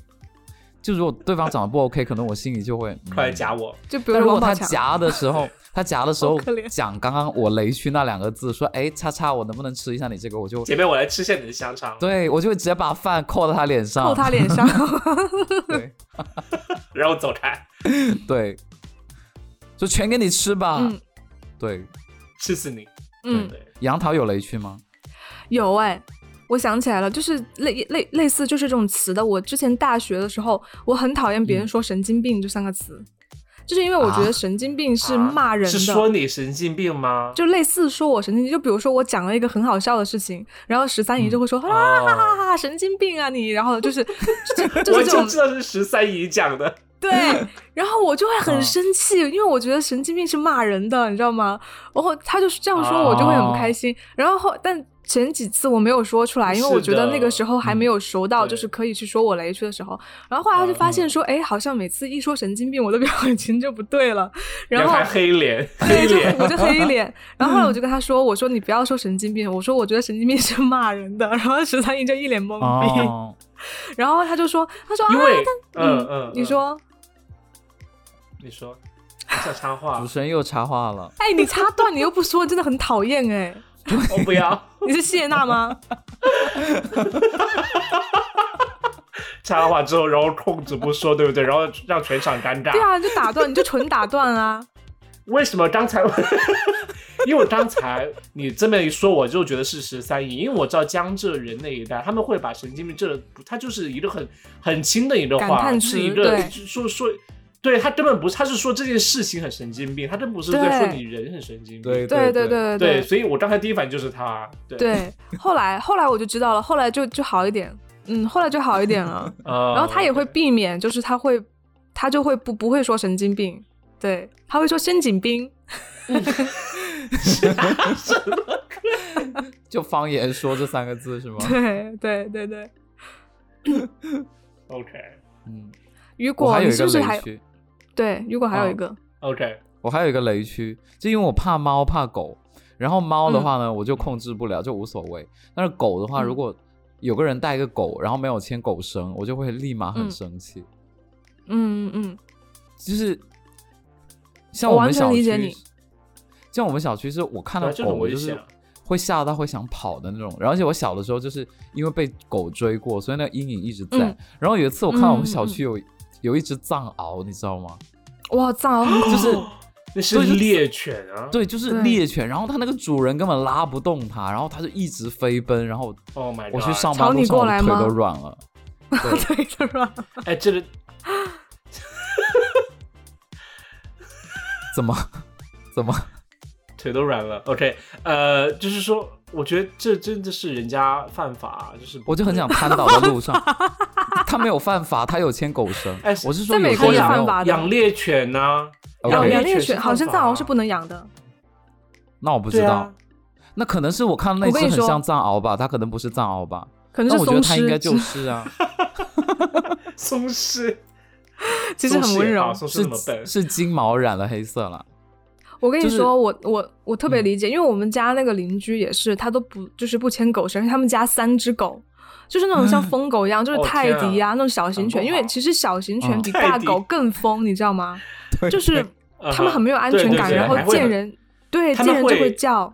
Speaker 2: 就如果对方长得不 OK，可能我心里就会。嗯
Speaker 1: 快来夹我，
Speaker 3: 就比
Speaker 2: 但如
Speaker 3: 如说
Speaker 2: 果
Speaker 3: 王
Speaker 2: 他
Speaker 3: 宝强，
Speaker 2: 夹的时
Speaker 3: <laughs>
Speaker 2: 候，他夹的时候
Speaker 3: 好可怜
Speaker 2: 讲刚刚我雷区那两个字，说哎叉叉，我能不能吃一下你这个？我就
Speaker 1: 姐妹，我来吃下你的香肠，
Speaker 2: 对我就会直接把饭扣到他脸上，
Speaker 3: 扣他脸上，
Speaker 2: 对
Speaker 1: 然后走开，
Speaker 2: 对，就全给你吃吧。 <laughs>
Speaker 3: 嗯
Speaker 2: 对，
Speaker 1: 吃死你。
Speaker 3: 嗯，
Speaker 1: 对，
Speaker 2: 杨桃有雷区吗？
Speaker 3: 有哎、我想起来了，就是类类类似就是这种词的。我之前大学的时候，我很讨厌
Speaker 1: 嗯
Speaker 3: 别人说“神经病”这三个词，就是因为我觉
Speaker 2: 啊
Speaker 3: 得神经病是
Speaker 1: 啊
Speaker 3: 骂人
Speaker 1: 是
Speaker 3: 的，
Speaker 1: 说你神经病吗？
Speaker 3: 就啊类似说我神经病。就比如说我讲了一个很好笑的事情，然后十三
Speaker 1: 嗯
Speaker 3: 姨就会说、
Speaker 1: 哦 <laughs>
Speaker 3: 啊哈哈哈，神经病啊你，然后就是就就就是
Speaker 1: 我
Speaker 3: 这
Speaker 1: 就
Speaker 3: 种
Speaker 1: 知道是十三姨讲的，
Speaker 3: 对，然后我就会很
Speaker 2: 嗯
Speaker 3: 生气，因为我觉得神经病是骂人的，你知道吗？然后他就是这样说，我就会很不
Speaker 1: 哦
Speaker 3: 开心。然后后，但前几次我没有说出来，因为我
Speaker 1: 是
Speaker 3: 觉得
Speaker 1: 的嗯
Speaker 3: 那个时候还没有熟到，
Speaker 1: 对嗯
Speaker 3: 就是可以去说我雷区的时候。然后后来他就发现说，哎、好像每次一说神经病，我的 <laughs> 表情就不对了。然后
Speaker 1: 还黑脸，黑
Speaker 3: 对，就
Speaker 1: 脸，嗯
Speaker 3: 我就黑脸。然后后来我就跟他说：“我说你不要说神经病，我说我觉得神经病是骂人的。”然 <laughs> 后十三姨就一脸懵逼， <laughs>
Speaker 2: 哦，
Speaker 3: 然后他就说：“他说啊
Speaker 1: 因，为
Speaker 3: 但
Speaker 1: 嗯嗯，
Speaker 3: 你说，
Speaker 1: 你说，我想插话
Speaker 2: 主，持人又插话了。
Speaker 3: <laughs> 哎，你插断你又不说，真的很讨厌哎、
Speaker 1: 我不要
Speaker 3: 你是谢娜吗？
Speaker 1: 插话之后，然后控制不说，
Speaker 3: <laughs>
Speaker 1: 对不对？然后让全场尴尬。
Speaker 3: 对啊，就打断，你就纯打断啊。
Speaker 1: 为什么刚才？ <laughs> 因为我刚才你这么一说，我就觉得是十三姨，因为我知道江浙人那一带，他们会把神经病这，他就是一个很很轻的一个
Speaker 3: 感
Speaker 1: 话，就
Speaker 3: 叹词
Speaker 1: 是一个
Speaker 3: 对
Speaker 1: 就说说，对他根本不，他是说这件事情很神经病，他真不是在说
Speaker 3: 对
Speaker 1: 你人很神经病。
Speaker 2: 对
Speaker 3: 对
Speaker 2: 对
Speaker 3: 对
Speaker 1: 对，所以我刚才第一反应就是他，对，
Speaker 3: 对。后来后来我就知道了，后来就就好一点，嗯，后来就好一点了。
Speaker 1: 呃
Speaker 3: 然后他也会避免，就是他会，他就会不不会说神经病，对，他会说申景兵。
Speaker 2: 就方言说这三个字是吗？
Speaker 3: 对对对对。
Speaker 1: OK
Speaker 2: 嗯，
Speaker 3: 雨
Speaker 2: 我
Speaker 3: 果，
Speaker 2: 还有
Speaker 3: 你
Speaker 2: 一
Speaker 3: 是
Speaker 2: 个
Speaker 3: 不是
Speaker 2: 雷
Speaker 3: 还
Speaker 2: 区，
Speaker 3: 对？雨果还有一
Speaker 2: 嗯
Speaker 3: 个，
Speaker 1: OK，
Speaker 2: 我还有一个雷区，就因为我怕猫怕狗，然后猫的话呢，我就控制不了，就无所谓。但是狗的话，
Speaker 3: 嗯
Speaker 2: 如果有个人带一个狗，然后没有牵狗绳，我就会立马很生气。
Speaker 3: 嗯嗯嗯，
Speaker 2: 就是像
Speaker 3: 我
Speaker 2: 们
Speaker 3: 完全
Speaker 2: 小区，
Speaker 3: 理解你
Speaker 2: 像我们小区是我看到
Speaker 1: 对这
Speaker 2: 狗，
Speaker 1: 种
Speaker 2: 我
Speaker 1: 危
Speaker 2: 就
Speaker 1: 险
Speaker 2: 是
Speaker 1: 啊
Speaker 2: 会吓到会想跑的那种。然后而且我小的时候就是因为被狗追过，所以那个阴影一直在。
Speaker 3: 嗯
Speaker 2: 然后有一次我看到我们小
Speaker 3: 嗯嗯
Speaker 2: 区有、有一只藏獒，你知道
Speaker 3: <gasps>
Speaker 2: 吗？
Speaker 3: 哇，藏獒
Speaker 2: 就是
Speaker 1: 那是
Speaker 2: 对就是
Speaker 1: 猎犬啊，
Speaker 2: 对，就是
Speaker 3: 对
Speaker 2: 猎犬，然后它那个主人根本拉不动它，然后它就一直飞奔，然后
Speaker 1: Oh my god！
Speaker 2: 我去上
Speaker 3: 朝
Speaker 2: 班路
Speaker 3: 你
Speaker 2: 上
Speaker 3: 过
Speaker 2: 我
Speaker 3: 来
Speaker 2: 的腿
Speaker 3: 吗
Speaker 2: 都软了。对，
Speaker 3: 对是吧？
Speaker 1: 哎，这个
Speaker 2: 怎么怎么？
Speaker 1: 腿都软了。OK，呃，就是说，我觉得这真的是人家犯法，就是
Speaker 2: 我就很想瘫倒在路
Speaker 3: <laughs>
Speaker 2: 上。他没有犯法，他有牵狗绳。
Speaker 1: 哎
Speaker 2: 我是说
Speaker 3: 在美
Speaker 2: 有
Speaker 3: 国
Speaker 2: 些
Speaker 3: 也
Speaker 2: 人没
Speaker 3: 犯
Speaker 2: 有
Speaker 3: 法的
Speaker 1: 养猎犬啊呐、
Speaker 2: OK
Speaker 3: 养
Speaker 1: 对
Speaker 3: 养
Speaker 1: 猎
Speaker 3: 猎
Speaker 1: 犬
Speaker 3: 犬
Speaker 1: 是
Speaker 3: 好像
Speaker 1: 犯法
Speaker 3: 藏
Speaker 1: 啊
Speaker 3: 獒是不能养的，
Speaker 2: 那我不知
Speaker 1: 对
Speaker 2: 道，
Speaker 1: 啊，
Speaker 2: 那可能是我看到那
Speaker 3: 我跟
Speaker 2: 只
Speaker 3: 你
Speaker 2: 很
Speaker 3: 说
Speaker 2: 像藏獒吧，它可能不是藏獒吧，
Speaker 3: 可能
Speaker 2: 但
Speaker 3: 是
Speaker 2: 我觉得
Speaker 3: 松
Speaker 2: 它应该
Speaker 3: 狮，
Speaker 2: 就是啊，
Speaker 1: 松狮
Speaker 3: <laughs> 其实很温柔
Speaker 1: 松狮也好。啊松狮那么
Speaker 2: 是
Speaker 1: 笨，
Speaker 2: 是金毛染了黑色了，
Speaker 3: 我跟你
Speaker 2: 就是
Speaker 3: 说，我我我特别
Speaker 1: 嗯
Speaker 3: 理解，因为我们家那个邻居也是，他都不就是不牵狗绳，因为他们家三只狗。就是那种像疯狗一样，就是
Speaker 1: 哦
Speaker 3: 泰
Speaker 1: 天啊
Speaker 3: 迪啊，那种小型
Speaker 1: 很
Speaker 3: 犬，
Speaker 1: 不
Speaker 3: 因为
Speaker 1: 好
Speaker 3: 其实小型犬
Speaker 2: 嗯
Speaker 3: 比
Speaker 1: 泰
Speaker 3: 大
Speaker 1: 迪
Speaker 3: 狗更疯，你知
Speaker 1: <laughs>
Speaker 3: 道吗？
Speaker 2: 对
Speaker 3: 就是
Speaker 1: 嗯
Speaker 3: 他们很没有安
Speaker 1: 对
Speaker 3: 全
Speaker 1: 对
Speaker 3: 感，
Speaker 1: 对
Speaker 3: 然后
Speaker 1: 还会
Speaker 3: 见
Speaker 1: 很
Speaker 3: 人对
Speaker 1: 他
Speaker 3: 见
Speaker 1: 们
Speaker 3: 人就
Speaker 1: 会
Speaker 3: 会叫，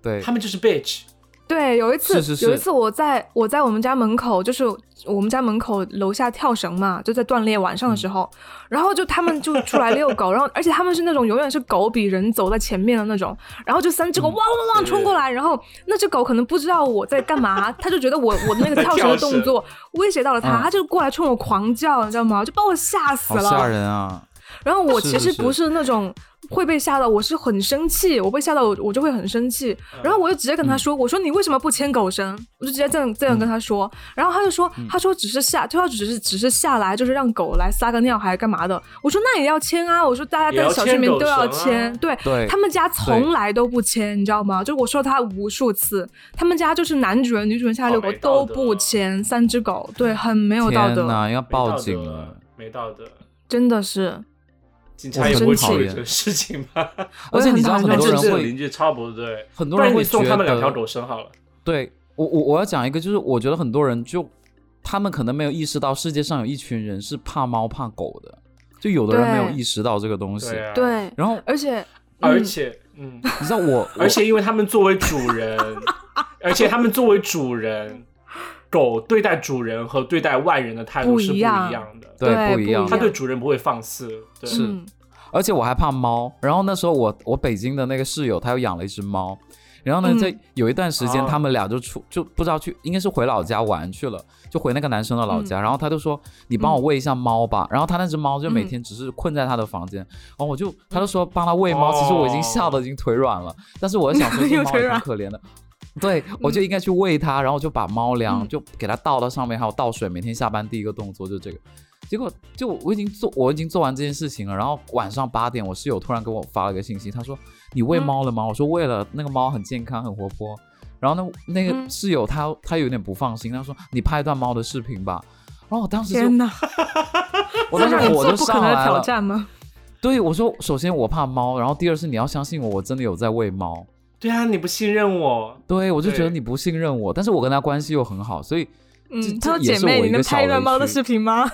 Speaker 2: 对
Speaker 1: 他，们就是 bitch。
Speaker 3: 对，有一次，
Speaker 2: 是是
Speaker 3: 有一
Speaker 2: 是
Speaker 3: 次我在我在我们家门口，就是我们家门口楼下跳绳嘛，就在锻炼晚
Speaker 2: 嗯
Speaker 3: 上的时候，然后就他们就出来遛狗，然后而且他们是那种永远是狗比人走在前面的那种，然后就三只
Speaker 2: 嗯
Speaker 3: 狗汪汪汪
Speaker 1: 对
Speaker 3: 冲过来，然后那只狗可能不知道我在干嘛，它就觉得我我的那个跳绳的
Speaker 1: 跳
Speaker 3: 动作威胁到了它，
Speaker 2: 嗯
Speaker 3: 它就过来冲我狂叫，你知道吗？就把我吓死
Speaker 2: 好
Speaker 3: 了，
Speaker 2: 吓人啊！
Speaker 3: 然后我
Speaker 2: 是
Speaker 3: 其
Speaker 2: 是
Speaker 3: 实
Speaker 2: 是
Speaker 3: 不是那种会被吓到，我是很生气，我被吓到我我就会很生气，
Speaker 1: 嗯
Speaker 3: 然后我就直接跟他说，我说你为什么不牵狗绳？我就直接这样这样跟他说，
Speaker 1: 嗯
Speaker 3: 然后他就说，他说只是下，他说只是只是下来就是让狗来撒个尿还是干嘛的？我说那也要牵啊，我说大家
Speaker 1: 也
Speaker 3: 在
Speaker 1: 要
Speaker 3: 小区里面
Speaker 1: 牵狗
Speaker 3: 都要
Speaker 1: 绳啊
Speaker 3: 牵，对
Speaker 2: 对
Speaker 3: 他们家从来都不牵，你知道吗？就我说他无数次，他们家就是男主人、女主人下来遛
Speaker 1: 好啊
Speaker 3: 狗
Speaker 1: 没道
Speaker 3: 都
Speaker 1: 德
Speaker 3: 不牵，三只狗，对，很没有道
Speaker 2: 天
Speaker 3: 德，
Speaker 2: 哪，要
Speaker 1: 没道
Speaker 2: 报警
Speaker 1: 德
Speaker 2: 了！，
Speaker 1: 没道德，
Speaker 3: 真的是。
Speaker 1: 警察也不会
Speaker 3: 我很
Speaker 1: 处
Speaker 2: 生
Speaker 1: 理这
Speaker 2: 气
Speaker 1: 个事情吧？
Speaker 2: 而
Speaker 3: 我也
Speaker 2: 且你
Speaker 3: 很
Speaker 2: 知道
Speaker 3: 讨厌
Speaker 2: 很
Speaker 1: 哎
Speaker 2: 多
Speaker 1: 这
Speaker 2: 人
Speaker 1: 这个
Speaker 2: 会
Speaker 1: 邻居超不对，
Speaker 2: 很
Speaker 1: 不
Speaker 2: 多人
Speaker 1: 然
Speaker 2: 会
Speaker 1: 你送
Speaker 2: 觉
Speaker 1: 他们两
Speaker 2: 得
Speaker 1: 条狗绳好了。
Speaker 2: 对我我我要讲一个，就是我觉得很多人就他们可能没有意识到世界上有一群人是怕猫怕狗的，就有的人没有
Speaker 3: 对
Speaker 2: 意识到这个东西。
Speaker 1: 对啊，，
Speaker 3: 对，嗯
Speaker 2: 然后
Speaker 3: 而且
Speaker 1: 而
Speaker 3: 嗯
Speaker 1: 且，嗯，
Speaker 2: 你知道我，
Speaker 1: 而且因为他们作为主人，而且他们作为主人，狗对待主人和对待外人的态度
Speaker 3: 不
Speaker 1: 是不
Speaker 3: 一
Speaker 1: 一
Speaker 3: 样
Speaker 1: 样的。
Speaker 2: 对
Speaker 3: 对
Speaker 2: 不
Speaker 3: 不
Speaker 2: 一
Speaker 3: 一
Speaker 2: 样，
Speaker 1: 它对主人不会放肆，对
Speaker 2: 是
Speaker 3: 嗯
Speaker 2: 而且我还怕猫。然后那时候我我北京的那个室友他又养了一只猫，然后呢，
Speaker 3: 嗯
Speaker 2: 在有一段时间
Speaker 1: 哦
Speaker 2: 他们俩就出就不知道去应该是回老家玩去了，就回那个男生的老
Speaker 3: 嗯
Speaker 2: 家。然后他就说你帮我喂一下猫吧。然后他那只猫就
Speaker 3: 嗯
Speaker 2: 每天只是困在他的房间，然后我就他就说帮他喂猫，
Speaker 1: 哦
Speaker 2: 其实我已经吓得已经腿软了，但是我又想
Speaker 3: <laughs>
Speaker 2: 说这
Speaker 3: 又
Speaker 2: 猫
Speaker 3: 腿
Speaker 2: 也挺
Speaker 3: 软
Speaker 2: 可怜的。对，我就应该去喂它，然后我就把猫粮
Speaker 3: 嗯
Speaker 2: 就给它倒到上面，还有倒水，每天下班第一个动作就这个。结果就我已经做我已经做完这件事情了，然后晚上八点，我室友突然给我发了个信息，他说你喂
Speaker 3: 嗯
Speaker 2: 猫了吗？我说喂了，那个猫很健康，很活泼。然后那那个
Speaker 3: 嗯
Speaker 2: 室友他他有点不放心，他说你拍一段猫的视频吧。然后我当时就
Speaker 3: 天哪，
Speaker 2: 我当时
Speaker 3: <laughs> 这是你
Speaker 2: 火
Speaker 3: 最
Speaker 2: 就
Speaker 3: 不可
Speaker 2: 上
Speaker 3: 能的
Speaker 2: 来
Speaker 3: 挑
Speaker 2: 了。
Speaker 3: 战吗？
Speaker 2: 对，我说首先我怕猫，然后第二是你要相信我，我真的有在喂猫。
Speaker 1: 对啊，你不信任我，
Speaker 2: 对，我就觉得
Speaker 1: 对
Speaker 2: 你不信任我，但是我跟他关系又很好，所以这
Speaker 3: 嗯，
Speaker 2: 这
Speaker 3: 他说
Speaker 2: 也
Speaker 3: 姐
Speaker 2: 是
Speaker 3: 妹，
Speaker 2: 我
Speaker 3: 你
Speaker 2: 一
Speaker 3: 能
Speaker 2: 个
Speaker 3: 拍
Speaker 2: 小
Speaker 3: 一段
Speaker 2: 雷
Speaker 3: 猫的
Speaker 2: 区
Speaker 3: 视
Speaker 2: <laughs>
Speaker 3: 频吗？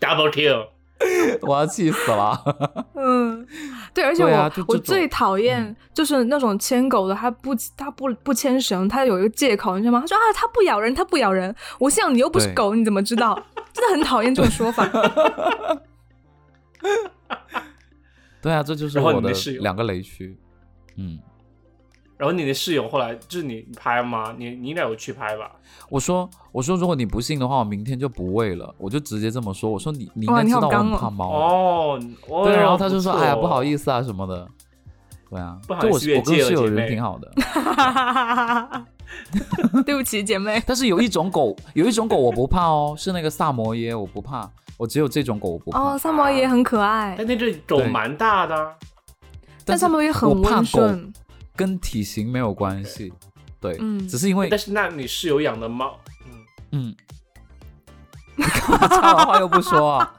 Speaker 1: double kill，
Speaker 2: 我要气死了。 <laughs>
Speaker 3: 嗯，对，而且我、
Speaker 2: 对啊就
Speaker 3: 我
Speaker 2: 这种
Speaker 3: 最讨厌就是那种牵狗的，它不它不不牵绳，它有一个借口，你知道吗？它说啊，它不咬人，它不咬人。我心想你又不是
Speaker 2: 对
Speaker 3: 狗，你怎么知道？真的很讨厌这种说法。
Speaker 2: 对啊，这就是
Speaker 1: 然后
Speaker 2: 我
Speaker 1: 你的室友
Speaker 2: 两个雷区。嗯，
Speaker 1: 然后你的室友后来就是你拍吗？你你俩有去拍吧？
Speaker 2: 我说我说如果你不信的话，我明天就不喂了，我就直接这么说。我说你你应
Speaker 3: 哇
Speaker 2: 该
Speaker 3: 你
Speaker 2: 知
Speaker 3: 好
Speaker 2: 道我
Speaker 3: 刚
Speaker 2: 很
Speaker 3: 哦
Speaker 2: 怕猫，
Speaker 1: 哦，哦
Speaker 2: 对，然后他就说哎呀不好
Speaker 1: 思，
Speaker 2: 意思啊什么的。对啊，
Speaker 1: 哦不好
Speaker 2: 就
Speaker 1: 意
Speaker 2: 我
Speaker 1: 思
Speaker 2: 是我
Speaker 1: 越
Speaker 2: 跟
Speaker 1: 界了
Speaker 2: 室友
Speaker 1: 姐
Speaker 2: 人
Speaker 1: 妹
Speaker 2: 挺好的，
Speaker 3: <laughs> 对不起，姐妹。
Speaker 2: 但是有一种狗，有一种狗我不怕哦，是那个萨摩耶，我不怕，我只有这种狗我不怕。
Speaker 3: 哦，萨摩耶很可爱，
Speaker 1: 但那只狗
Speaker 2: 对
Speaker 1: 蛮大的啊，
Speaker 3: 但
Speaker 2: 但
Speaker 3: 萨摩耶很
Speaker 2: 我怕
Speaker 3: 温
Speaker 2: 狗
Speaker 3: 顺。
Speaker 2: 跟体型没有关系，对，
Speaker 3: 嗯
Speaker 2: 只是因为
Speaker 1: 但是那你室友养的猫，嗯，
Speaker 2: 嗯， <laughs> 你干嘛插完话又不说啊？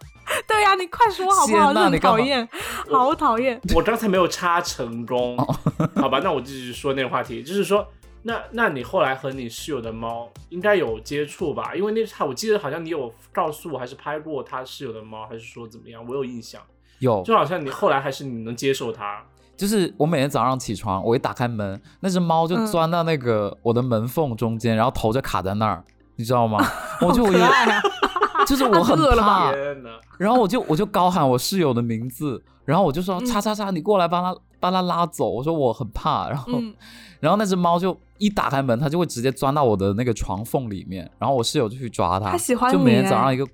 Speaker 3: 对呀、你快说好不
Speaker 2: 谢娜
Speaker 3: 好？真的
Speaker 2: 你
Speaker 3: 很
Speaker 2: 干嘛
Speaker 3: 讨厌，好讨厌。
Speaker 1: 我刚才没有插成功，
Speaker 2: 哦
Speaker 1: <laughs> 好吧，那我继续说那个话题，就是说，那那你后来和你室友的猫应该有接触吧？因为那它我记得好像你有告诉我，还是拍过他室友的猫，还是说怎么样？我有印象，
Speaker 2: 有，
Speaker 1: 就好像你后来还是你能接受它，
Speaker 2: 就是我每天早上起床，我一打开门，那只猫就
Speaker 3: 嗯
Speaker 2: 钻到那个我的门缝中间，然后头就卡在那儿，你知
Speaker 3: <laughs>
Speaker 2: 道吗？我就我
Speaker 3: 可
Speaker 2: 也
Speaker 3: 爱啊！
Speaker 2: 就是我很
Speaker 3: 饿了
Speaker 2: 怕，
Speaker 1: 天哪！
Speaker 2: 然后我就我就高喊我室友的名字，然后我就说
Speaker 3: 嗯
Speaker 2: 叉叉叉，你过来帮他帮他拉走，我说我很怕，然后、
Speaker 3: 嗯，
Speaker 2: 然后那只猫就一打开门，它就会直接钻到我的那个床缝里面，然后我室友就去抓它，
Speaker 3: 它喜欢
Speaker 2: 就每
Speaker 3: 你
Speaker 2: 天早
Speaker 3: 哎
Speaker 2: 上一个。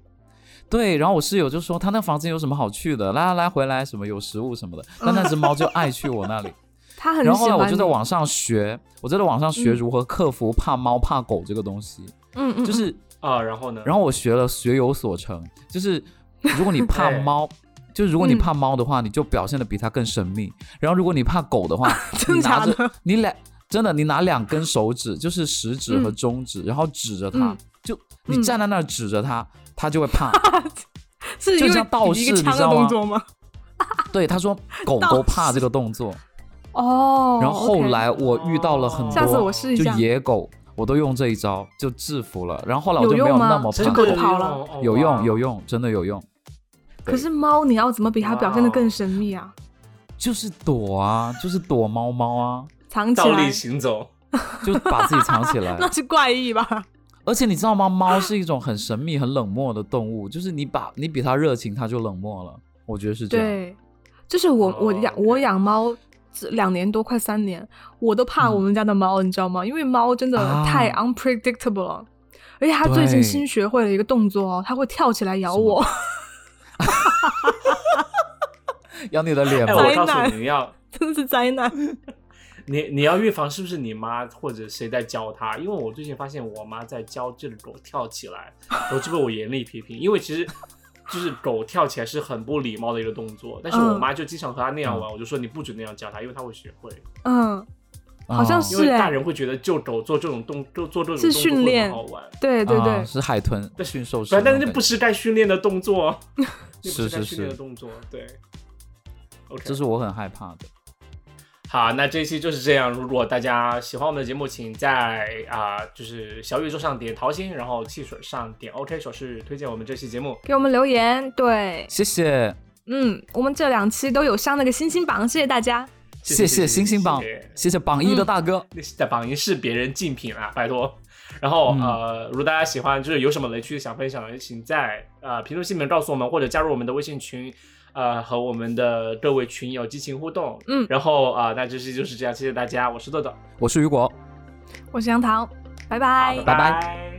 Speaker 2: 对，然后我室友就说他那房间有什么好去的，来来来回来什么有食物什么的，但那只猫就爱去我那里。
Speaker 3: 它很喜
Speaker 2: 然
Speaker 3: 欢
Speaker 2: 后后来我
Speaker 3: 你
Speaker 2: 就在网上学，我就在网上学
Speaker 3: 嗯
Speaker 2: 如何克服怕猫怕狗这个东西，
Speaker 3: 嗯嗯，
Speaker 2: 就是
Speaker 1: 啊，然后呢？
Speaker 2: 然后我学了学有所成，就是如
Speaker 3: <laughs>
Speaker 2: 果你怕
Speaker 1: 哎
Speaker 2: 猫，就是如果你
Speaker 3: 嗯
Speaker 2: 怕猫的话，你就表现的比它更神秘；然后如果你怕狗的
Speaker 3: <laughs>
Speaker 2: 话，
Speaker 3: <laughs> 真
Speaker 2: 你
Speaker 3: 的假
Speaker 2: 拿
Speaker 3: 的
Speaker 2: 着你俩真的你拿两根手指，就是食指和中指，然后指着它
Speaker 3: 嗯，
Speaker 2: 就你
Speaker 3: 嗯
Speaker 2: 站在那儿指着它，它就会
Speaker 3: <laughs>
Speaker 2: 怕。
Speaker 3: 是
Speaker 2: 就
Speaker 3: 因为
Speaker 2: 像道
Speaker 3: 一
Speaker 2: 士
Speaker 3: 个
Speaker 2: 你
Speaker 3: 枪
Speaker 2: 知
Speaker 3: 的
Speaker 2: 道
Speaker 3: 动
Speaker 2: 吗
Speaker 3: 作吗？
Speaker 2: 对，他说狗
Speaker 3: 道
Speaker 2: 狗怕
Speaker 3: 士
Speaker 2: 这个动作。
Speaker 3: 哦，
Speaker 2: 然后后
Speaker 3: OK
Speaker 2: 来我遇到了很
Speaker 1: 哦
Speaker 3: 下次
Speaker 2: 多
Speaker 3: 我试一
Speaker 2: 就
Speaker 3: 下。
Speaker 2: 野狗，我都用这一招就制服了。然后后来我
Speaker 3: 有
Speaker 2: 就没有
Speaker 3: 用吗
Speaker 2: 那么
Speaker 3: 这
Speaker 1: 真
Speaker 2: 怕
Speaker 1: 的
Speaker 3: 狗
Speaker 1: 有
Speaker 2: 狗，
Speaker 3: 跑了
Speaker 1: 用哦
Speaker 2: 有
Speaker 1: 哇
Speaker 2: 用有用，真的有用。
Speaker 3: 可是猫，你要怎么比它表现的更神秘啊？
Speaker 2: 就是躲啊，就是躲猫猫啊，
Speaker 3: 藏起
Speaker 1: 倒
Speaker 3: 来
Speaker 1: 立，行走，
Speaker 2: 就把自己藏起来。
Speaker 3: <laughs> 那是怪异吧？
Speaker 2: 而且你知道吗？猫是一种很神秘、很冷漠的动物，就是你把你比它热情，它就冷漠了。我觉得是这样。
Speaker 3: 对，就是我我
Speaker 1: 哦
Speaker 3: 养
Speaker 1: OK
Speaker 3: 我养猫这两年多，快三年，我都怕
Speaker 2: 嗯
Speaker 3: 我们家的猫，你知道吗？因为猫真的
Speaker 2: 啊
Speaker 3: 太 unpredictable 了。而且它最近
Speaker 2: 对
Speaker 3: 新学会了一个动作哦，它会跳起来咬我。 <laughs>
Speaker 2: 咬你的脸
Speaker 1: 哎，
Speaker 2: 吗？
Speaker 1: 我
Speaker 3: 灾
Speaker 1: 告诉
Speaker 3: 难
Speaker 1: 你，你要
Speaker 3: 真的是灾难。
Speaker 1: 你你要预防是不是你妈或者谁在教她？因为我最近发现我妈在教这个狗跳起来，然后就被我严厉批评，因为其实。就是狗跳起来是很不礼貌的一个动作，但是我
Speaker 3: 嗯
Speaker 1: 妈就经常和她那样玩，我就说你不准那样教她，因为她会学会，
Speaker 3: 嗯，好像
Speaker 2: 哦
Speaker 1: 因
Speaker 3: 是
Speaker 1: 为
Speaker 3: 哎
Speaker 1: 大人会觉得救狗做这种动就做这种
Speaker 3: 是
Speaker 1: 动作
Speaker 3: 训
Speaker 1: 会
Speaker 3: 练
Speaker 1: 很好玩，
Speaker 3: 对对对
Speaker 2: 啊，是海豚驯兽师
Speaker 1: 对，啊
Speaker 2: 种感
Speaker 1: 但
Speaker 2: 觉。
Speaker 1: 是那不是该训练的动作，那不
Speaker 2: 是
Speaker 1: 该
Speaker 2: 是
Speaker 1: 训练的
Speaker 2: 是，
Speaker 1: 动作，对。OK，
Speaker 2: 这是我很害怕的。
Speaker 1: 好，那这一期就是这样。如果大家喜欢我们的节目，请在啊、就是小宇宙上点桃心，然后汽水上点 OK 手势推荐我们这期节目。
Speaker 3: 给我们留言。对，
Speaker 2: 谢谢，
Speaker 3: 嗯，我们这两期都有上那个星星榜，谢谢大家。
Speaker 1: 谢
Speaker 2: 谢
Speaker 1: 谢
Speaker 2: 谢星星榜
Speaker 1: 谢谢，
Speaker 2: 谢谢榜
Speaker 3: 嗯
Speaker 2: 一的大哥。
Speaker 1: 那是在榜一是别人竞品啊啦，拜托。然后、
Speaker 2: 嗯
Speaker 1: 呃，如果大家喜欢，就是有什么雷区想分享的，请在呃评论区里面告诉我们，或者加入我们的微信群，呃，和我们的各位群友激情互动。
Speaker 3: 嗯
Speaker 1: 然后啊、那这期就是这样，谢谢大家，我是豆豆，
Speaker 2: 我是雨果。
Speaker 3: 我是杨桃，拜
Speaker 1: 好
Speaker 3: 拜。
Speaker 2: 拜
Speaker 1: 拜